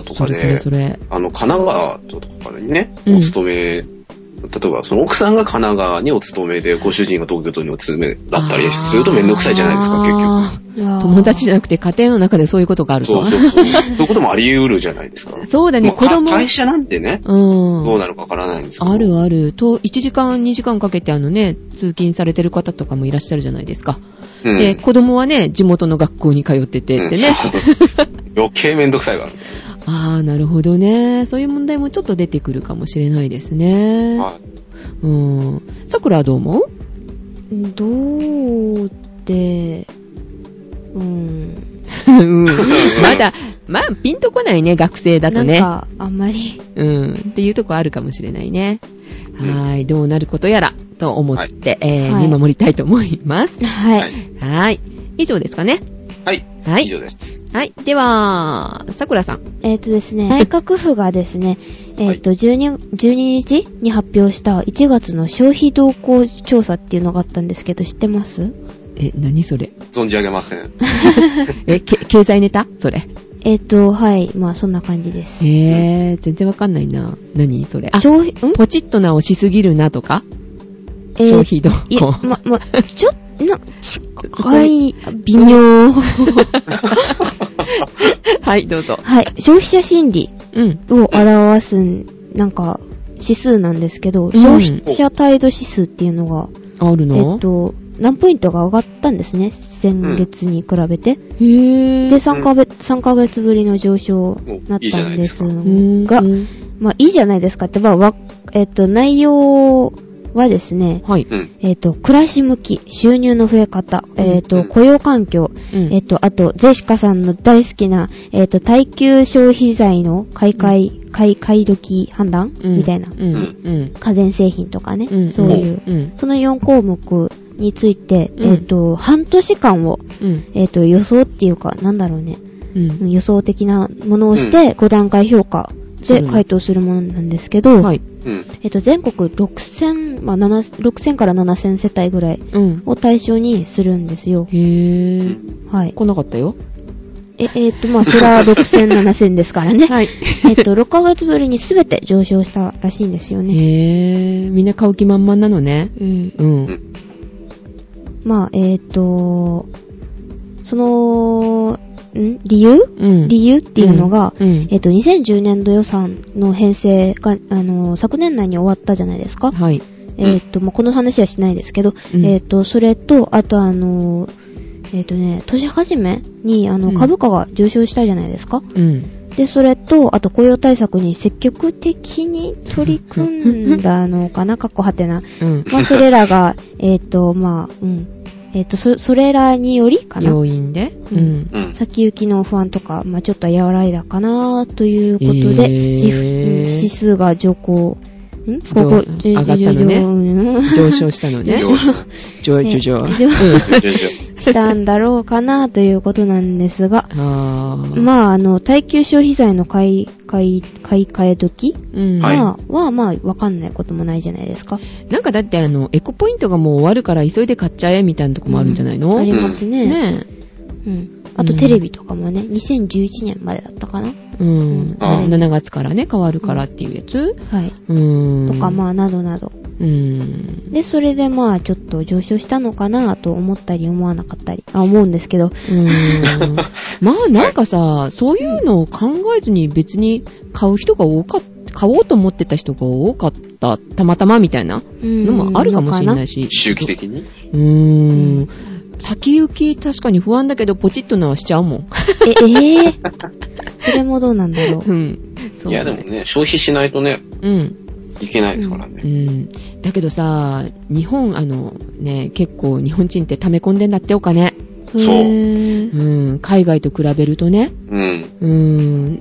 Speaker 1: と
Speaker 3: そ
Speaker 1: かで、
Speaker 3: れそれそれ。
Speaker 1: あの、神奈川とかにね、
Speaker 3: うん
Speaker 1: お勤め、例えば、その奥さんが神奈川にお勤めで、ご主人が東京都にお勤めだったりするとめんどくさいじゃないですか、結局。
Speaker 3: 結局。友達じゃなくて家庭の中でそういうことがあると。
Speaker 1: そうそう そう。そういうこともあり得るじゃないですか。
Speaker 3: そうだね、
Speaker 1: まあ
Speaker 3: 子供。
Speaker 1: 会社なんてね、
Speaker 3: うん。
Speaker 1: どうなるかわからないんですけど。
Speaker 3: あるある。と、1時間、2時間かけてあのね、通勤されてる方とかもいらっしゃるじゃないですか。
Speaker 1: うん。
Speaker 3: で、子供はね、地元の学校に通っててってね。
Speaker 1: う ん余計めんどくさいから。
Speaker 3: ああ、なるほどね。そういう問題もちょっと出てくるかもしれないですね。
Speaker 1: はい
Speaker 3: うん。桜はどう思う
Speaker 2: どうで、うん。
Speaker 3: うんまだ、まあ、ピンとこないね、学生だとね。
Speaker 2: なんか、あんまり。
Speaker 3: うん。っていうとこあるかもしれないね。
Speaker 1: うん
Speaker 3: はーい。どうなることやら、と思って、えー
Speaker 2: はい
Speaker 3: 見守りたいと思います。
Speaker 2: は。
Speaker 1: はいい。
Speaker 3: はーい。以上ですかね。
Speaker 1: はい。
Speaker 3: はい
Speaker 1: 以上です。
Speaker 3: はい。では、桜さん。
Speaker 2: えっ、とですね、内閣府がですね、えっ、と12、12日に発表した1月の消費動向調査っていうのがあったんですけど、知ってます
Speaker 3: え、何それ
Speaker 1: 存じ上げません。
Speaker 3: え、け経済ネタそれ。
Speaker 2: えっ、と、はい、まあそんな感じです。
Speaker 3: えー、全然わかんないな。何それ。あ、
Speaker 2: 消費、ん
Speaker 3: ポチッとなをしすぎるなとか、
Speaker 2: えー
Speaker 3: 消費動
Speaker 2: いや、
Speaker 3: 向。
Speaker 2: ま、ま、ちょ、な、近い、微妙。
Speaker 3: はい、どうぞ。
Speaker 2: はい、消費者心理
Speaker 3: うん。
Speaker 2: を表すん、なんか、指数なんですけど、消費者態度指数っていうのが、
Speaker 3: ある
Speaker 2: えっ
Speaker 3: の、
Speaker 2: と、何ポイントが上がったんですね、先月に比べて。
Speaker 3: へぇ
Speaker 2: で、3ヶ月、3ヶ月ぶりの上昇なっ
Speaker 1: おいいじ
Speaker 2: た
Speaker 1: ゃなんい
Speaker 2: で
Speaker 1: ですす
Speaker 2: が
Speaker 1: か、
Speaker 3: うん
Speaker 2: まあ、いいじゃないですかって、まあ、わ、えっと、内容はですね、
Speaker 3: はい。
Speaker 1: うん。
Speaker 2: えっと、暮らし向き、収入の増え方、えっと、雇用環境、
Speaker 3: うん
Speaker 2: えっと、あと、ゼシカさんの大好きな、えっと、耐久消費財の買い替え、買い、買い時判断
Speaker 3: うん
Speaker 2: みたいな
Speaker 3: う。ん。うん。
Speaker 2: 家電製品とかね
Speaker 3: う、ん
Speaker 2: そういう。
Speaker 3: うん。
Speaker 2: その4項目について、
Speaker 3: うん
Speaker 2: えっと、半年間を、
Speaker 3: うん。
Speaker 2: えっと、予想っていうか、なんだろうね。
Speaker 3: うん。
Speaker 2: 予想的なものをして、5段階評価で回答するものなんですけど、
Speaker 3: はい。
Speaker 1: うん。
Speaker 2: えっと、全国6000、まあ、7 6000から7000世帯ぐらい
Speaker 3: うん。
Speaker 2: を対象にするんですよ。
Speaker 3: へぇ
Speaker 2: はい。
Speaker 3: 来なかったよ。
Speaker 2: え、えっと、まあ、それは6000、7000ですからね。
Speaker 3: はい。
Speaker 2: えっと、6ヶ月ぶりに全て上昇したらしいんですよね。
Speaker 3: へぇみんな買う気満々なのね。
Speaker 2: うん。
Speaker 3: うん。
Speaker 2: まあ、えっと、その、ん理由
Speaker 3: うん。
Speaker 2: 理由っていうのが、
Speaker 3: うん。
Speaker 2: えっと、2010年度予算の編成が、あの、昨年内に終わったじゃないですか。
Speaker 3: はい。
Speaker 2: えっ、と、まあ、この話はしないですけど、
Speaker 3: うん
Speaker 2: えっ、と、それと、あとあのー、えっ、とね、年始めに、あ
Speaker 3: う
Speaker 2: の、
Speaker 3: ん
Speaker 2: 株価が上昇したじゃないですか。
Speaker 3: うん。
Speaker 2: で、それと、あと雇用対策に積極的に取り組んだのかな、かっこはて な。
Speaker 3: うん。
Speaker 2: まあ、それらが、えっ、と、まあ、うん。えっ、と、そ、それらによりかな。
Speaker 3: 要因で。
Speaker 2: う
Speaker 3: うんん。
Speaker 1: うん。
Speaker 2: 先行きの不安とか、まあ、ちょっと和らいだかな、ということで、
Speaker 3: へー
Speaker 2: 自負うん指数が上向んここ、
Speaker 3: 上がったのね
Speaker 2: ね
Speaker 3: 上昇したのね。
Speaker 1: 上昇
Speaker 3: 上上上。
Speaker 2: ね上
Speaker 1: 徐
Speaker 3: うん
Speaker 1: 々
Speaker 2: したんだろうかなということなんですが、
Speaker 3: あー
Speaker 2: まあ、あの、耐久消費財の買い、買い、買い替え時
Speaker 3: うん
Speaker 1: はい
Speaker 2: は、は、まあ、わかんないこともないじゃないですか。
Speaker 3: なんかだってあの、エコポイントがもう終わるから急いで買っちゃえみたいなとこもあるんじゃないの、
Speaker 2: ありますね。
Speaker 3: ね
Speaker 2: うん。あと、テレビとかもね、2011年までだったかな。
Speaker 3: え。うん。
Speaker 1: あー
Speaker 3: 7月からね、変わるからっていうやつ
Speaker 2: はい。
Speaker 3: うん。
Speaker 2: とか、まあ、などなど。
Speaker 3: うん。
Speaker 2: で、それでまあ、ちょっと上昇したのかなと思ったり思わなかったり、あ、思うんですけど、
Speaker 3: うん。まあなんかさ、そういうのを考えずに別に買う人が多かった、買おうと思ってた人が多かった、たまたまみたいな
Speaker 2: うん
Speaker 3: のもあるかもしれないし。
Speaker 1: 周期的に
Speaker 3: うーん。先行き確かに不安だけど、ポチッとのはしちゃうもん。
Speaker 2: え、ええそれもどうなんだろう。
Speaker 3: うん。そ
Speaker 1: いうや、
Speaker 3: だ
Speaker 1: で
Speaker 3: ね
Speaker 1: もね、消費しないとね、
Speaker 3: うん。
Speaker 1: いけないですから
Speaker 3: う
Speaker 1: ね。
Speaker 3: ん。だけどさ、日本、あの、ね、結構日本人って溜め込んでんだってお金。
Speaker 1: そう
Speaker 2: へー
Speaker 3: うん。海外と比べるとね。
Speaker 1: うん。
Speaker 3: う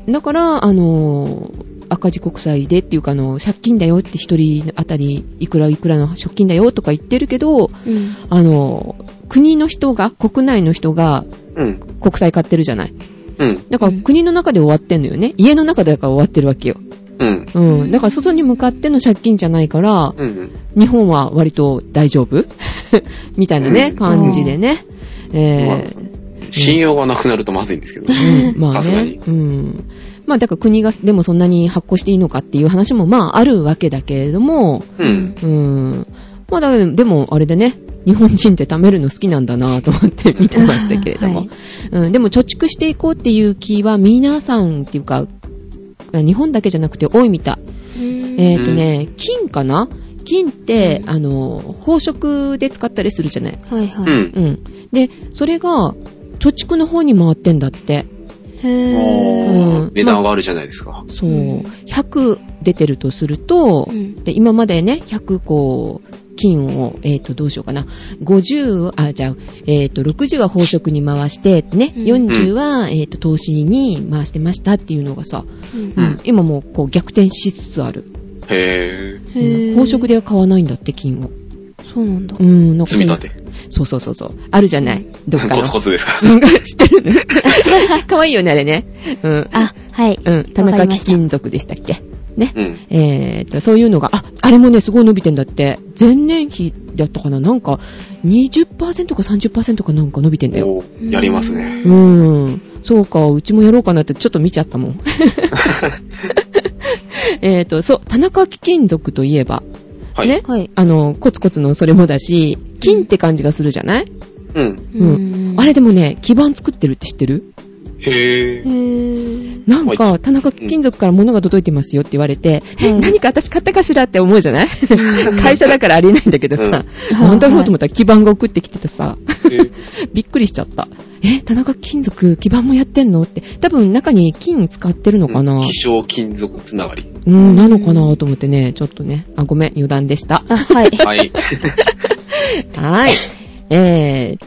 Speaker 3: ん。だから、あの、赤字国債でっていうか、あの、借金だよって一人あたりいくらいくらの借金だよとか言ってるけ
Speaker 2: う
Speaker 3: ど、
Speaker 2: ん。
Speaker 3: あの、国の人が、国内の人が
Speaker 1: うん。
Speaker 3: 国債買ってるじゃない。
Speaker 1: うん。
Speaker 3: だから
Speaker 2: うん
Speaker 3: 国の中で終わってんのよね。家の中だから終わってるわけよ。
Speaker 1: うん。
Speaker 3: うん。だから外に向かっての借金じゃないから、
Speaker 1: うん。
Speaker 3: 日本は割と大丈夫 みたいなね、
Speaker 1: うん
Speaker 3: 感じでね。
Speaker 1: まあ
Speaker 3: え
Speaker 1: 信用がなくなるとまずいんですけど。
Speaker 3: ー、うん、まあ
Speaker 1: さすがに
Speaker 3: ね。うん。まあだから国がでもそんなに発行していいのかっていう話もまああるわけだけれども、
Speaker 1: うん。
Speaker 3: うん。まあだでもあれでね、日本人って貯めるの好きなんだなぁと思って見てましたけれども、
Speaker 2: はい
Speaker 3: うん。でも貯蓄していこうっていう気は皆さんっていうか、日本だけじゃなくて多いみたい。えっ、とね、金かな金って、あの、宝飾で使ったりするじゃない。
Speaker 2: はいは
Speaker 1: う
Speaker 2: い。
Speaker 1: ん。
Speaker 3: うん。で、それが、貯蓄の方に回ってんだって。
Speaker 2: へぇ
Speaker 3: ー
Speaker 1: おー値段上がるじゃないですか。
Speaker 3: そう。
Speaker 2: うん
Speaker 3: 100出てるとすると、
Speaker 2: うん
Speaker 3: で、今までね、100こう、金を、えっ、と、どうしようかな。50、あ、じゃあ、えっ、と、60は宝飾に回して、ね、
Speaker 2: うん
Speaker 3: 40は、えっ、と、投資に回してましたっていうのがさ、
Speaker 1: う
Speaker 3: うんん、今もう、こう、逆転しつつある。
Speaker 1: へぇ
Speaker 3: うん宝飾では買わないんだって、金を。
Speaker 2: そうなんだ
Speaker 3: う。ん、なん
Speaker 1: ー。
Speaker 3: か
Speaker 1: 積
Speaker 3: そう
Speaker 1: み立て。
Speaker 3: そうそうそうそう。あるじゃない。どっか
Speaker 1: コ
Speaker 3: の
Speaker 1: ツ。コツですか
Speaker 3: うん 知ってるね。かわいいよね、あれね。うん。
Speaker 2: あ、はい。
Speaker 3: うん。田
Speaker 2: わか
Speaker 3: 中
Speaker 2: りま
Speaker 3: 貴
Speaker 2: した
Speaker 3: 金属でしたっけね。
Speaker 1: ら。うん。
Speaker 3: えーと、そういうのが、あ、あれもね、すごい伸びてんだって。前年比だったかななんか、20%か30%かなんか伸びてんだよ。
Speaker 1: おーやりますね。
Speaker 3: うーん。そうか、うちもやろうかなってちょっと見ちゃった もん。 えーと、そう、田中貴金属といえば、
Speaker 1: はい。
Speaker 3: ね
Speaker 2: はい。
Speaker 3: あの、コツコツのそれもだし、金って感じがするじゃない、
Speaker 1: うん。
Speaker 3: うあれでもね、基盤作ってるって知ってる
Speaker 1: へ
Speaker 2: へ
Speaker 1: ぇ
Speaker 2: ぇ
Speaker 3: なんか、田中貴金属から物が届いてますよって言われて、
Speaker 2: うん
Speaker 3: え、何か私買ったかしらって思うじゃない会社だからありえないんだけどさ、
Speaker 2: うん
Speaker 3: 本当だろうと思ったら基板が送ってきててさ、
Speaker 1: ー。
Speaker 3: びっくりしちゃった。え、田中貴金属、基板もやってんのって、多分中に金使ってるのかな
Speaker 1: 希少金属つながり。
Speaker 3: うん、なのかなと思ってね、ちょっとね、あ、ごめん、余談でした。
Speaker 2: あ、はい。
Speaker 1: はい。
Speaker 3: はい。えー、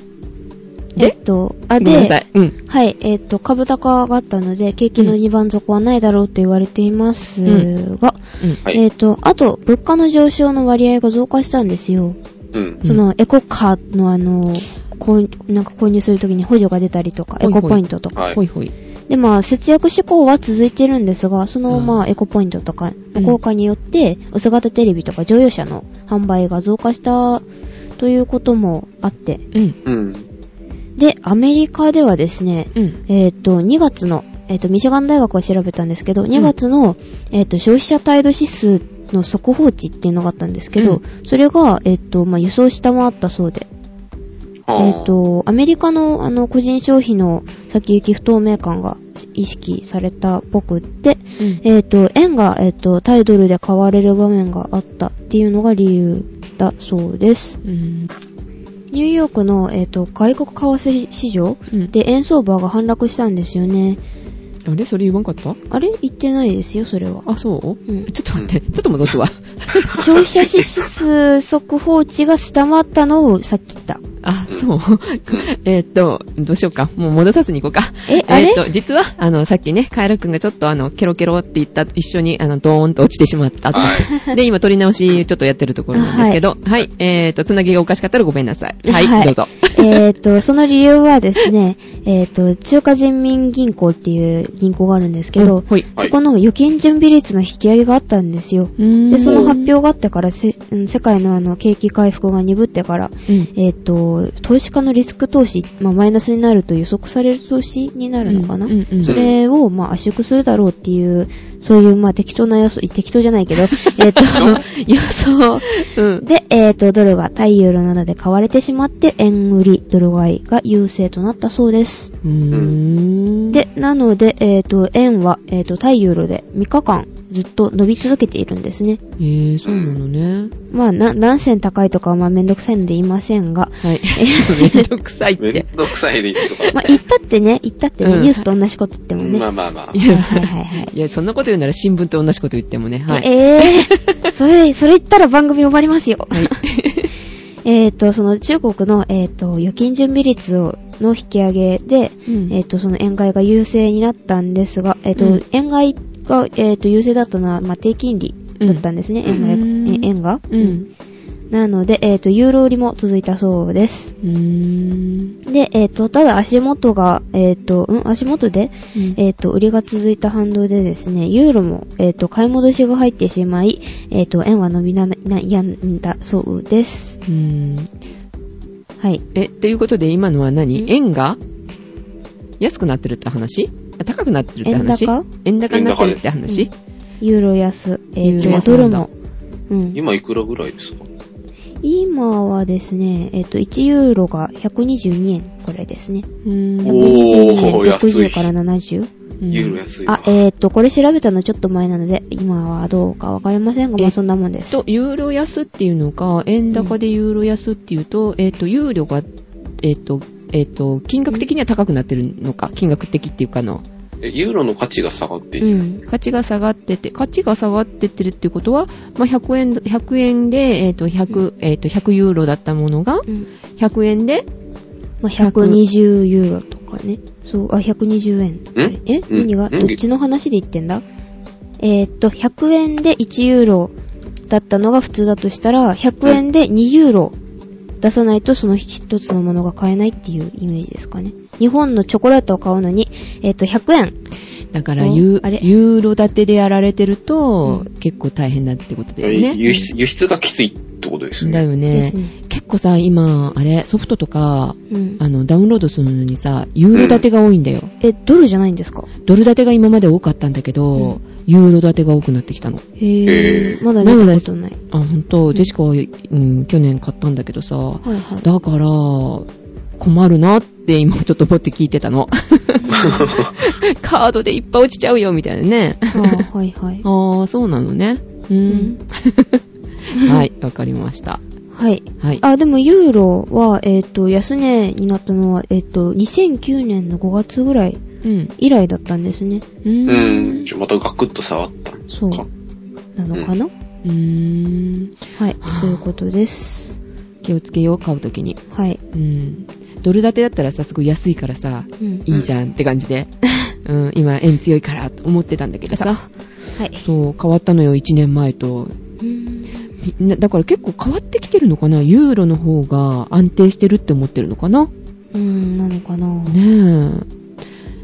Speaker 2: えっと、あ、
Speaker 3: ごめんなさ
Speaker 2: で、
Speaker 3: い。うん。
Speaker 2: はい、えっと、株高があったので、景気の2番底はないだろうと言われていますが、
Speaker 3: うん。
Speaker 1: はい。
Speaker 2: えっと、あと、物価の上昇の割合が増加したんですよ。
Speaker 1: うん。
Speaker 2: その、エコカーのあの、購入なんか購入するときに補助が出たりとか、エ
Speaker 3: ほいほい
Speaker 2: コポイントとか。
Speaker 1: はい
Speaker 3: ほ。いほい。
Speaker 2: で、まあ、節約志向は続いてるんですが、その、
Speaker 3: うん
Speaker 2: まあ、エコポイントとかの効果によって、薄型テレビとか乗用車の販売が増加したということもあって、
Speaker 3: うん。
Speaker 1: うん。
Speaker 2: で、アメリカではですね、
Speaker 3: うん。
Speaker 2: えっ、と、2月の、えっ、と、ミシガン大学が調べたんですけど、2月の、えっ、と、消費者態度指数の速報値っていうのがあったんですけど、それが、えっ、と、まあ、予想を下回ったそうで、
Speaker 1: は
Speaker 2: えっ、、と、アメリカの、あの、個人消費の先行き不透明感が意識されたっぽくって、
Speaker 3: うん
Speaker 2: えっ、と、円が、えっ、と、対ドルで買われる場面があったっていうのが理由だそうです。
Speaker 3: うん。
Speaker 2: ニューヨークの、えっ、と、外国為替市場
Speaker 3: うん
Speaker 2: で円相場が反落したんですよね。
Speaker 3: あれそれ言わんかった
Speaker 2: あれ言ってないですよ、それは。
Speaker 3: あ、そう
Speaker 2: うん
Speaker 3: ちょっと待って、ちょっと 戻すわ。
Speaker 2: 消費者支出速報値が下回ったのをさっき言った。
Speaker 3: あ、そう。 えーっと、どうしようか。もう戻さずに行こうか。
Speaker 2: えあれ
Speaker 3: ーっと、実は、あの、さっきね、カエルくんがちょっとあの、ケロケロって言った、一緒に、あの、ドーンと落ちてしまったって。
Speaker 1: は
Speaker 3: で、今、撮り直し、ちょっとやってるところなんですけど、はい、えーっと、つなぎがおかしかったらごめんなさい。はい、どうぞ。。
Speaker 2: えっ、と、その理由はですね、えっ、と、中華人民銀行っていう銀行があるんですけど、
Speaker 3: うんはい。
Speaker 1: はい
Speaker 2: そこの預金準備率の引き上げがあったんですよ。で、
Speaker 3: で
Speaker 2: その発表があってから、せうん世界のあの景気回復が鈍ってから、
Speaker 3: うん。
Speaker 2: えっ、と、投資家のリスク投資、まあ、マイナスになると予測される投資になるのかな、
Speaker 3: うんうんうん
Speaker 2: それを、まあ、圧縮するだろうっていう、そういう、まあ、適当な予想、適当じゃないけ ど、えっと、予想
Speaker 3: うん。
Speaker 2: で、えっ、と、ドルが対ユーロなどで買われてしまって、円売り、ドル買いが優勢となったそうです。
Speaker 3: うーん、
Speaker 2: で、なので、えっ、と、円は、えっ、と、対ユーロで3日間ずっと伸び続けているんですね。
Speaker 3: えー、そうなのね。
Speaker 2: まあ、な何銭高いとかは、まあ、めんどくさいので言いませんが、
Speaker 3: はい。 めんどくさいっ
Speaker 1: い。め
Speaker 3: て。
Speaker 1: んどくさいでいいとか。
Speaker 2: まあ、言ったってね、言ったってね、
Speaker 3: うん
Speaker 2: ニュースと同じこと言ってもね。
Speaker 1: まあ
Speaker 2: は
Speaker 1: まあまあ
Speaker 3: い。
Speaker 2: い
Speaker 3: や
Speaker 2: はいはいはい。
Speaker 3: いや、そんなこと言うなら新聞と同じこと言ってもね。 はい。
Speaker 2: ええー、そ れ、それ言ったら番組終わりますよ。
Speaker 3: はい。
Speaker 2: えっと、その中国の、えっ、と、預金準備率を、の引き上げで、
Speaker 3: うん
Speaker 2: えっ、と、その円買いが優勢になったんですが、えっ、と、
Speaker 3: うん
Speaker 2: 円買いが、えっ、と、優勢だったのは、まあ、低金利だったんですね、
Speaker 3: うん
Speaker 2: 円買い
Speaker 3: うん
Speaker 2: え円が。
Speaker 3: うん。
Speaker 2: なので、えっ、と、ユーロ売りも続いたそうです。
Speaker 3: うーん。
Speaker 2: で、えっ、と、ただ足元が、えっ、と、うん、足元で、
Speaker 3: え
Speaker 2: えっ、と、売りが続いた反動でですね、ユーロも、えっ、と、買い戻しが入ってしまい、えっ、と、円は伸びな、な、やんだそうです。
Speaker 3: うーん。
Speaker 2: はい。
Speaker 3: え、ということで今のは
Speaker 2: ん
Speaker 3: 何円が安くなってるって話あ高くなってるって話
Speaker 2: 円高
Speaker 3: 円高になってるって
Speaker 2: う
Speaker 3: 話
Speaker 2: んユーロ安、えっ、
Speaker 3: ユーロ安
Speaker 2: と、ド
Speaker 3: な
Speaker 2: ル
Speaker 3: んだ
Speaker 2: も。うん。
Speaker 1: 今いくらぐらいですか
Speaker 2: 今はですね、えっと、1ユーロが122円くらいですね。
Speaker 3: うーん
Speaker 1: おー
Speaker 2: 122円、
Speaker 1: 安い
Speaker 2: 60から 70?
Speaker 3: うん
Speaker 1: ユーロ安いわ
Speaker 2: あ、えっと、これ調べたのちょっと前なので、今はどうかわかりませんが、ま
Speaker 3: え
Speaker 2: あ
Speaker 3: っと
Speaker 2: そんなもんです。
Speaker 3: と、ユーロ安っていうのか、円高でユーロ安っていうと、えっ、と、ユーロが、えっ、と、えっ、と、金額的には高くなってるのか、金額的っていうかの、
Speaker 1: えユーロの価値が下がっていうる。
Speaker 2: ん。
Speaker 3: 価値が下がってて、価値が下がってってるっていうことは、まあ、100円、100円で、えっ、と、100、えっ、と、100ユーロだったものが、
Speaker 2: うん。
Speaker 3: 100円で、
Speaker 2: まあ、120ユーロとかね。そう、あ、120円。え
Speaker 1: ん
Speaker 2: 何が
Speaker 1: ん
Speaker 2: どっちの話で言ってんだえっと、100円で1ユーロだったのが普通だとしたら、100円で2ユーロ出さないとその一つのものが買えないっていうイメージですかね。日本のチョコレートを買うのに、えっと、100円。
Speaker 3: だから
Speaker 2: お
Speaker 3: ユ
Speaker 2: あれ
Speaker 3: ー、ユーロ建てでやられてると、
Speaker 2: う
Speaker 3: 結構大変だってことだ
Speaker 1: え
Speaker 3: よね。
Speaker 1: 輸出輸出がきついってことですよ
Speaker 3: だ
Speaker 1: ね。
Speaker 3: よ
Speaker 2: です
Speaker 3: ね。
Speaker 2: ね。
Speaker 3: 結構さ、今、あれ、ソフトとか、
Speaker 2: うん。
Speaker 3: あの、ダウンロードするのにさ、ユーロ建てが多いんだよ。
Speaker 2: え、ドルじゃないんですか
Speaker 3: ドル建てが今まで多かったんだけど、
Speaker 2: うん
Speaker 3: ユーロ建てが多くなってきたの。
Speaker 2: へぇ
Speaker 1: へ
Speaker 2: ー。
Speaker 1: ー
Speaker 2: まだ見たことない。
Speaker 3: あ、ほんと、ジェシカは、うん、去年買ったんだけどさ、
Speaker 2: はいはい。
Speaker 3: だから、困るなって今ちょっと思って聞いてた の。カードでいっぱい落ちちゃうよ、みたいなね。
Speaker 2: あーはいはい。
Speaker 3: ああ、そうなのね。う
Speaker 2: うんん。
Speaker 3: はい、わかりました。
Speaker 2: はい。
Speaker 3: はい。
Speaker 2: あ、でもユーロは、えっ、と、安値になったのは、えっ、と、2009年の5月ぐらい
Speaker 3: うん。
Speaker 2: 以来だったんですね。
Speaker 3: う
Speaker 1: うんん。。じゃあまたガクッと触ったんです
Speaker 2: そう
Speaker 1: か。。
Speaker 2: なのかな、
Speaker 3: うーん。
Speaker 2: はい
Speaker 3: はあ。
Speaker 2: そういうことです。
Speaker 3: 気をつけよう、買うときに。
Speaker 2: はい。
Speaker 3: うん。ドル建てだったらさ、すごい安いからさ、
Speaker 2: うん。
Speaker 3: いいじゃんって感じで。うん、今、円強いからと思ってたんだけどさ。
Speaker 2: はい。
Speaker 3: そう、変わったのよ、1年前と。
Speaker 2: うん
Speaker 3: なだから結構変わってきてるのかなユーロの方が安定してるって思ってるのかなね
Speaker 2: うん、なのかな、
Speaker 3: え。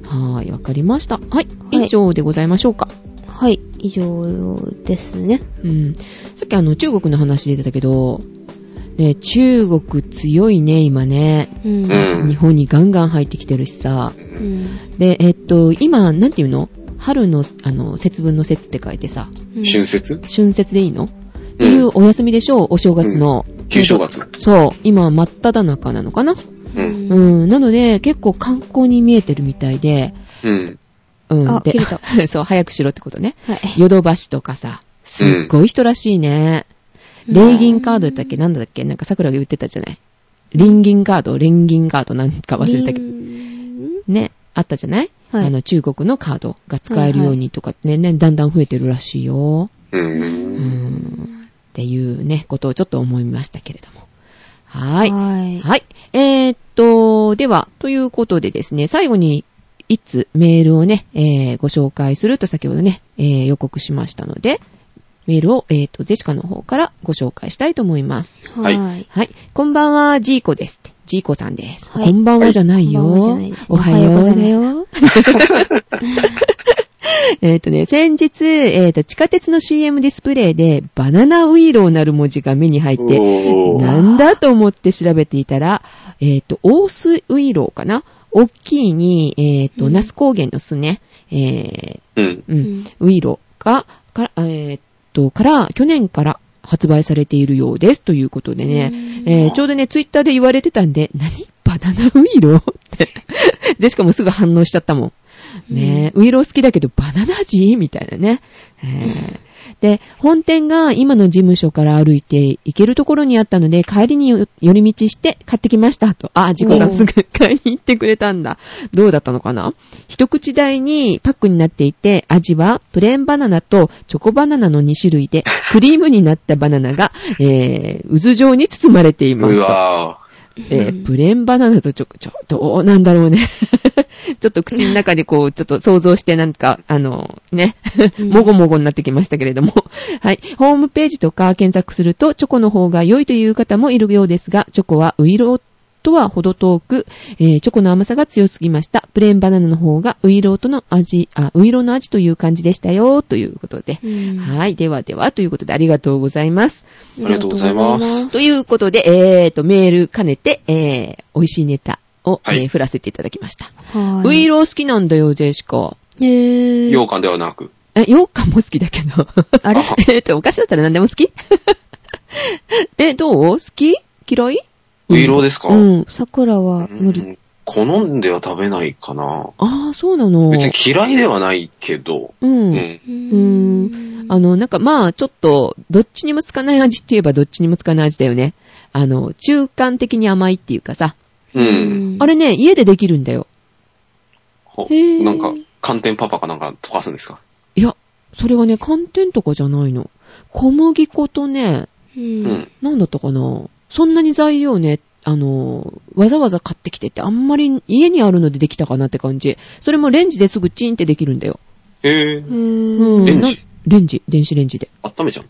Speaker 3: はーい、わかりました。はい、
Speaker 2: はい
Speaker 3: 以上でございましょうか。
Speaker 2: はい。以上ですね。
Speaker 3: うん。さっきあの、中国の話出てたけど、ね、中国強いね、今ね。
Speaker 2: うん。
Speaker 1: うん
Speaker 3: 日本にガンガン入ってきてるしさ。
Speaker 1: う
Speaker 2: うんん。
Speaker 3: で、えっと、今、なんていうの春の、あの、節分の節って書いてさ、
Speaker 2: うん
Speaker 1: 春節
Speaker 3: 春節でいいのっていうお休みでしょう、お正月の。
Speaker 1: 旧正月。
Speaker 3: そう、今、真っ只中なのかな
Speaker 1: う。
Speaker 2: うんん。
Speaker 3: うん、なので、結構観光に見えてるみたいで、
Speaker 1: うん。
Speaker 3: うん、
Speaker 2: あ
Speaker 3: で
Speaker 2: 切れた
Speaker 3: そう、早くしろってことね。
Speaker 2: はい。
Speaker 3: ヨドバシとかさ、すっごい人らしいね。
Speaker 2: うん
Speaker 3: 霊銀カードだったっけなんだっけなんか桜が言ってたじゃない臨銀カード、連銀カードなんか忘れたけど。
Speaker 2: うん
Speaker 3: ね、あったじゃない、
Speaker 2: はい
Speaker 3: あの、中国のカードが使えるようにとかね、ね、だんだん増えてるらしいよ。
Speaker 1: う。
Speaker 3: うんん、っていうね、ことをちょっと思いましたけれども。はい。
Speaker 2: はい。
Speaker 3: はい。えーっと、では、ということでですね、最後に、いつメールをね、えーご紹介すると先ほどね、えー予告しましたので、メールを、えーっと、ジェシカの方からご紹介したいと思います。
Speaker 1: はい
Speaker 2: はい。
Speaker 3: はい。こんばんは、ジーコですって。ジーコさんです。
Speaker 2: はい
Speaker 3: こんばんはじゃないよ。
Speaker 2: こんばんはじゃないです
Speaker 3: おはよう
Speaker 2: おはようござ
Speaker 3: だ
Speaker 2: い
Speaker 3: よ。 えっとね、先日、えっ、と、地下鉄の CM ディスプレイで、バナナウィローなる文字が目に入って、
Speaker 1: おー
Speaker 3: なんだと思って調べていたら、えっ、と、オースウイローかな大きいに、えっ、と、
Speaker 2: うん
Speaker 3: 那須高原の巣ね、え
Speaker 1: うん。
Speaker 3: ー、うん、ウイローが、から、えっ、と、から、去年から発売されているようです、ということでね、
Speaker 2: うん
Speaker 3: えー、ちょうどね、ツイッターで言われてたんで、何バナナウイローって。 で、しかもすぐ反応しちゃったもん。ね、ウイロー好きだけど、バナナ味みたいなね。えーで、本店が今の事務所から歩いて行けるところにあったので、帰りによ寄り道して買ってきましたと。あ、ジコ
Speaker 2: お
Speaker 3: さん
Speaker 2: ー
Speaker 3: すぐ買いに行ってくれたんだ。どうだったのかな一口大にパックになっていて、味はプレーンバナナとチョコバナナの2種 類で、クリームになったバナナが、えー、渦状に包まれています
Speaker 1: う
Speaker 3: と。
Speaker 1: わ
Speaker 3: えープレーンバナナとチョコ、ちょ、どうなんだろうね。 ちょっと口の中でこう、ちょっと想像してなんか、あの、ね、もごもごになってきましたけれども。 はい。ホームページとか検索すると、チョコの方が良いという方もいるようですが、チョコはウイローとはほど遠く、えーチョコの甘さが強すぎました。プレーンバナナの方がウイローとの味、あ、ウイローの味という感じでしたよ、ということで。
Speaker 2: うん
Speaker 3: はい。ではでは、ということでありがとうございます。
Speaker 1: ーありがとうございま
Speaker 2: ありがとうござい
Speaker 1: す
Speaker 2: ま。
Speaker 3: ということで、えーと、メール兼ねて、えー、美味しいネタを、
Speaker 1: はい
Speaker 3: えー振らせていただきました。
Speaker 2: はい。
Speaker 3: ウイロー好きなんだよ、ジェシカ。
Speaker 2: えー、
Speaker 1: 羊羹ではなく。
Speaker 3: え、羊羹も好きだけど。
Speaker 2: あれ
Speaker 3: えーと、お菓子だったら何でも好き え、どう好き嫌い
Speaker 1: ウイローですか
Speaker 3: うん。
Speaker 2: 桜は無理。
Speaker 1: うん好んでは食べないかな。
Speaker 3: ああ、そうなの。
Speaker 1: 別に嫌いではないけど。
Speaker 3: うん。
Speaker 1: うん。
Speaker 2: う
Speaker 3: うん。あの、なんかまあ、ちょっと、どっちにもつかない味って言えばどっちにもつかない味だよね。あの、中間的に甘いっていうかさ。
Speaker 1: うん。
Speaker 3: あれね、家でできるんだよ。
Speaker 1: ほ
Speaker 2: へー
Speaker 1: なんか、寒天パパかなんか溶かすんですか
Speaker 3: いや、それがね、寒天とかじゃないの。小麦粉とね、
Speaker 1: う
Speaker 2: う。
Speaker 1: んん。
Speaker 3: なんだったかな。そんなに材料ね、あの、わざわざ買ってきてって、あんまり家にあるのでできたかなって感じ。それもレンジですぐチンってできるんだよ。
Speaker 1: へえ。
Speaker 2: う。
Speaker 3: うんん。
Speaker 1: レンジ
Speaker 3: なレンジ、電子レンジで。
Speaker 1: 温めちゃう。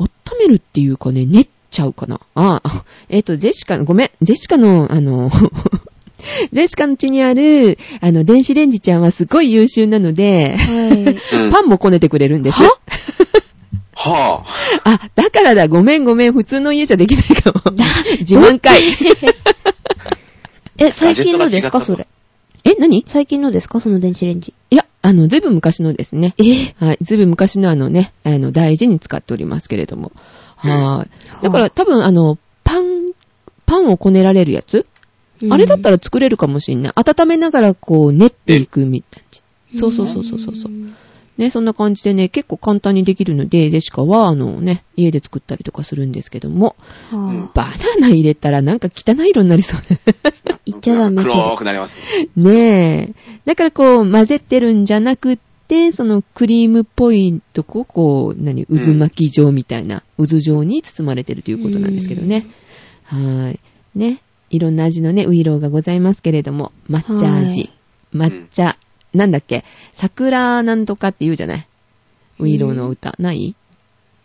Speaker 3: 温めるっていうかね、練っちゃうかな。ああ、 えっ、と、ジェシカの、ごめん、ジェシカの、あの、 ジェシカの家にある、あの、電子レンジちゃんはすごい優秀なので、
Speaker 2: はい。
Speaker 1: うん。
Speaker 3: パンもこねてくれるんです。
Speaker 1: はぁ。
Speaker 3: あ、だからだ、ごめんごめん、普通の家じゃできない かも。自慢かい。
Speaker 2: え、最近の
Speaker 1: ガジェットが違
Speaker 2: ですか
Speaker 1: ったと
Speaker 2: それ。
Speaker 3: え、何
Speaker 2: 最近のですかその電子レンジ。
Speaker 3: いや、あの、ずいぶん昔のですね。
Speaker 2: えー
Speaker 3: はい、ずいぶん昔のあのね、あの、大事に使っておりますけれども。はい。だから多分、あの、パン、パンをこねられるやつ、あれだったら作れるかもしんない。温めながらこう、練っていくみたいな。そうそうそうそうそうそう。ね、そんな感じでね、結構簡単にできるので、ジェシカは、あのね、家で作ったりとかするんですけども、
Speaker 2: は
Speaker 3: バナナ入れたらなんか汚い色になりそうね。
Speaker 2: いっちゃダメそれ
Speaker 1: 黒くなります。
Speaker 3: ねえ。だからこう、混ぜてるんじゃなくって、そのクリームっぽいとこ、こう、何、渦巻き状みたいな、渦状に包まれてるということなんですけどね。はーい。ね。いろんな味のね、ウイローがございますけれども、抹茶味、抹茶、なんだっけ、桜なんとかって言うじゃないウイローの歌、ない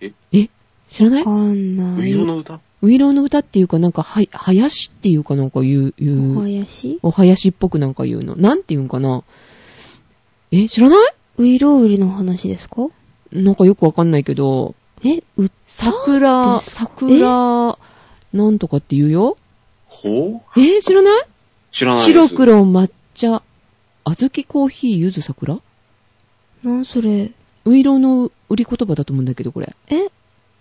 Speaker 1: え
Speaker 3: え知らない
Speaker 2: い。わかんな
Speaker 1: ウ
Speaker 2: い。
Speaker 1: イローの歌
Speaker 3: ウイローの歌っていうか、なんか、は、林っていうかなんか言う、言う。
Speaker 2: 林
Speaker 3: お囃子っぽくなんか言うの。なんて言うんかなえ、知らない
Speaker 2: ウイロウリの話ですか
Speaker 3: なんかよくわかんないけど、
Speaker 2: え、う、
Speaker 3: 桜、
Speaker 2: ですか
Speaker 3: 桜、なんとかって言うよ。
Speaker 1: ほう
Speaker 3: え、知らない
Speaker 1: 知らないです。
Speaker 3: 白黒抹茶、小豆コーヒー、ゆず桜
Speaker 2: なんそれ。
Speaker 3: ウイローの売り言葉だと思うんだけど、これ。
Speaker 2: え、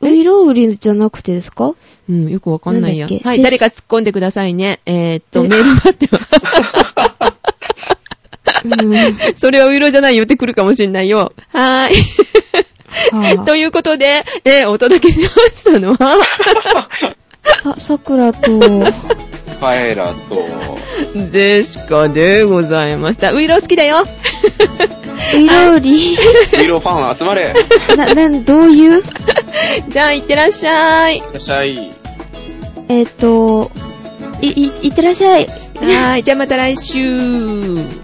Speaker 2: ウイロウリじゃなくてです か
Speaker 3: うん、よくわかんないや。
Speaker 2: なんだっけ
Speaker 3: はい、
Speaker 2: せ
Speaker 3: 誰か突っ込んでくださいね。えーっと、
Speaker 2: え
Speaker 3: メール待ってます。
Speaker 2: うん。は
Speaker 3: それはウイローじゃないよってくるかもしんないよ。はーい。
Speaker 2: ぁ
Speaker 3: ということで、えーお届けしましたのは、
Speaker 2: さ、桜と、
Speaker 1: カエラと、
Speaker 3: ジェシカでございました。ウイロー好きだよ。
Speaker 2: ウイロウリ、
Speaker 1: ウイローファン集まれ。
Speaker 2: な、なん、どういう
Speaker 3: じゃあ、いってらっしゃい。
Speaker 1: いらっしゃい。
Speaker 2: えっ、と、い、い、いってらっしゃい。
Speaker 3: はい、じゃあまた来週。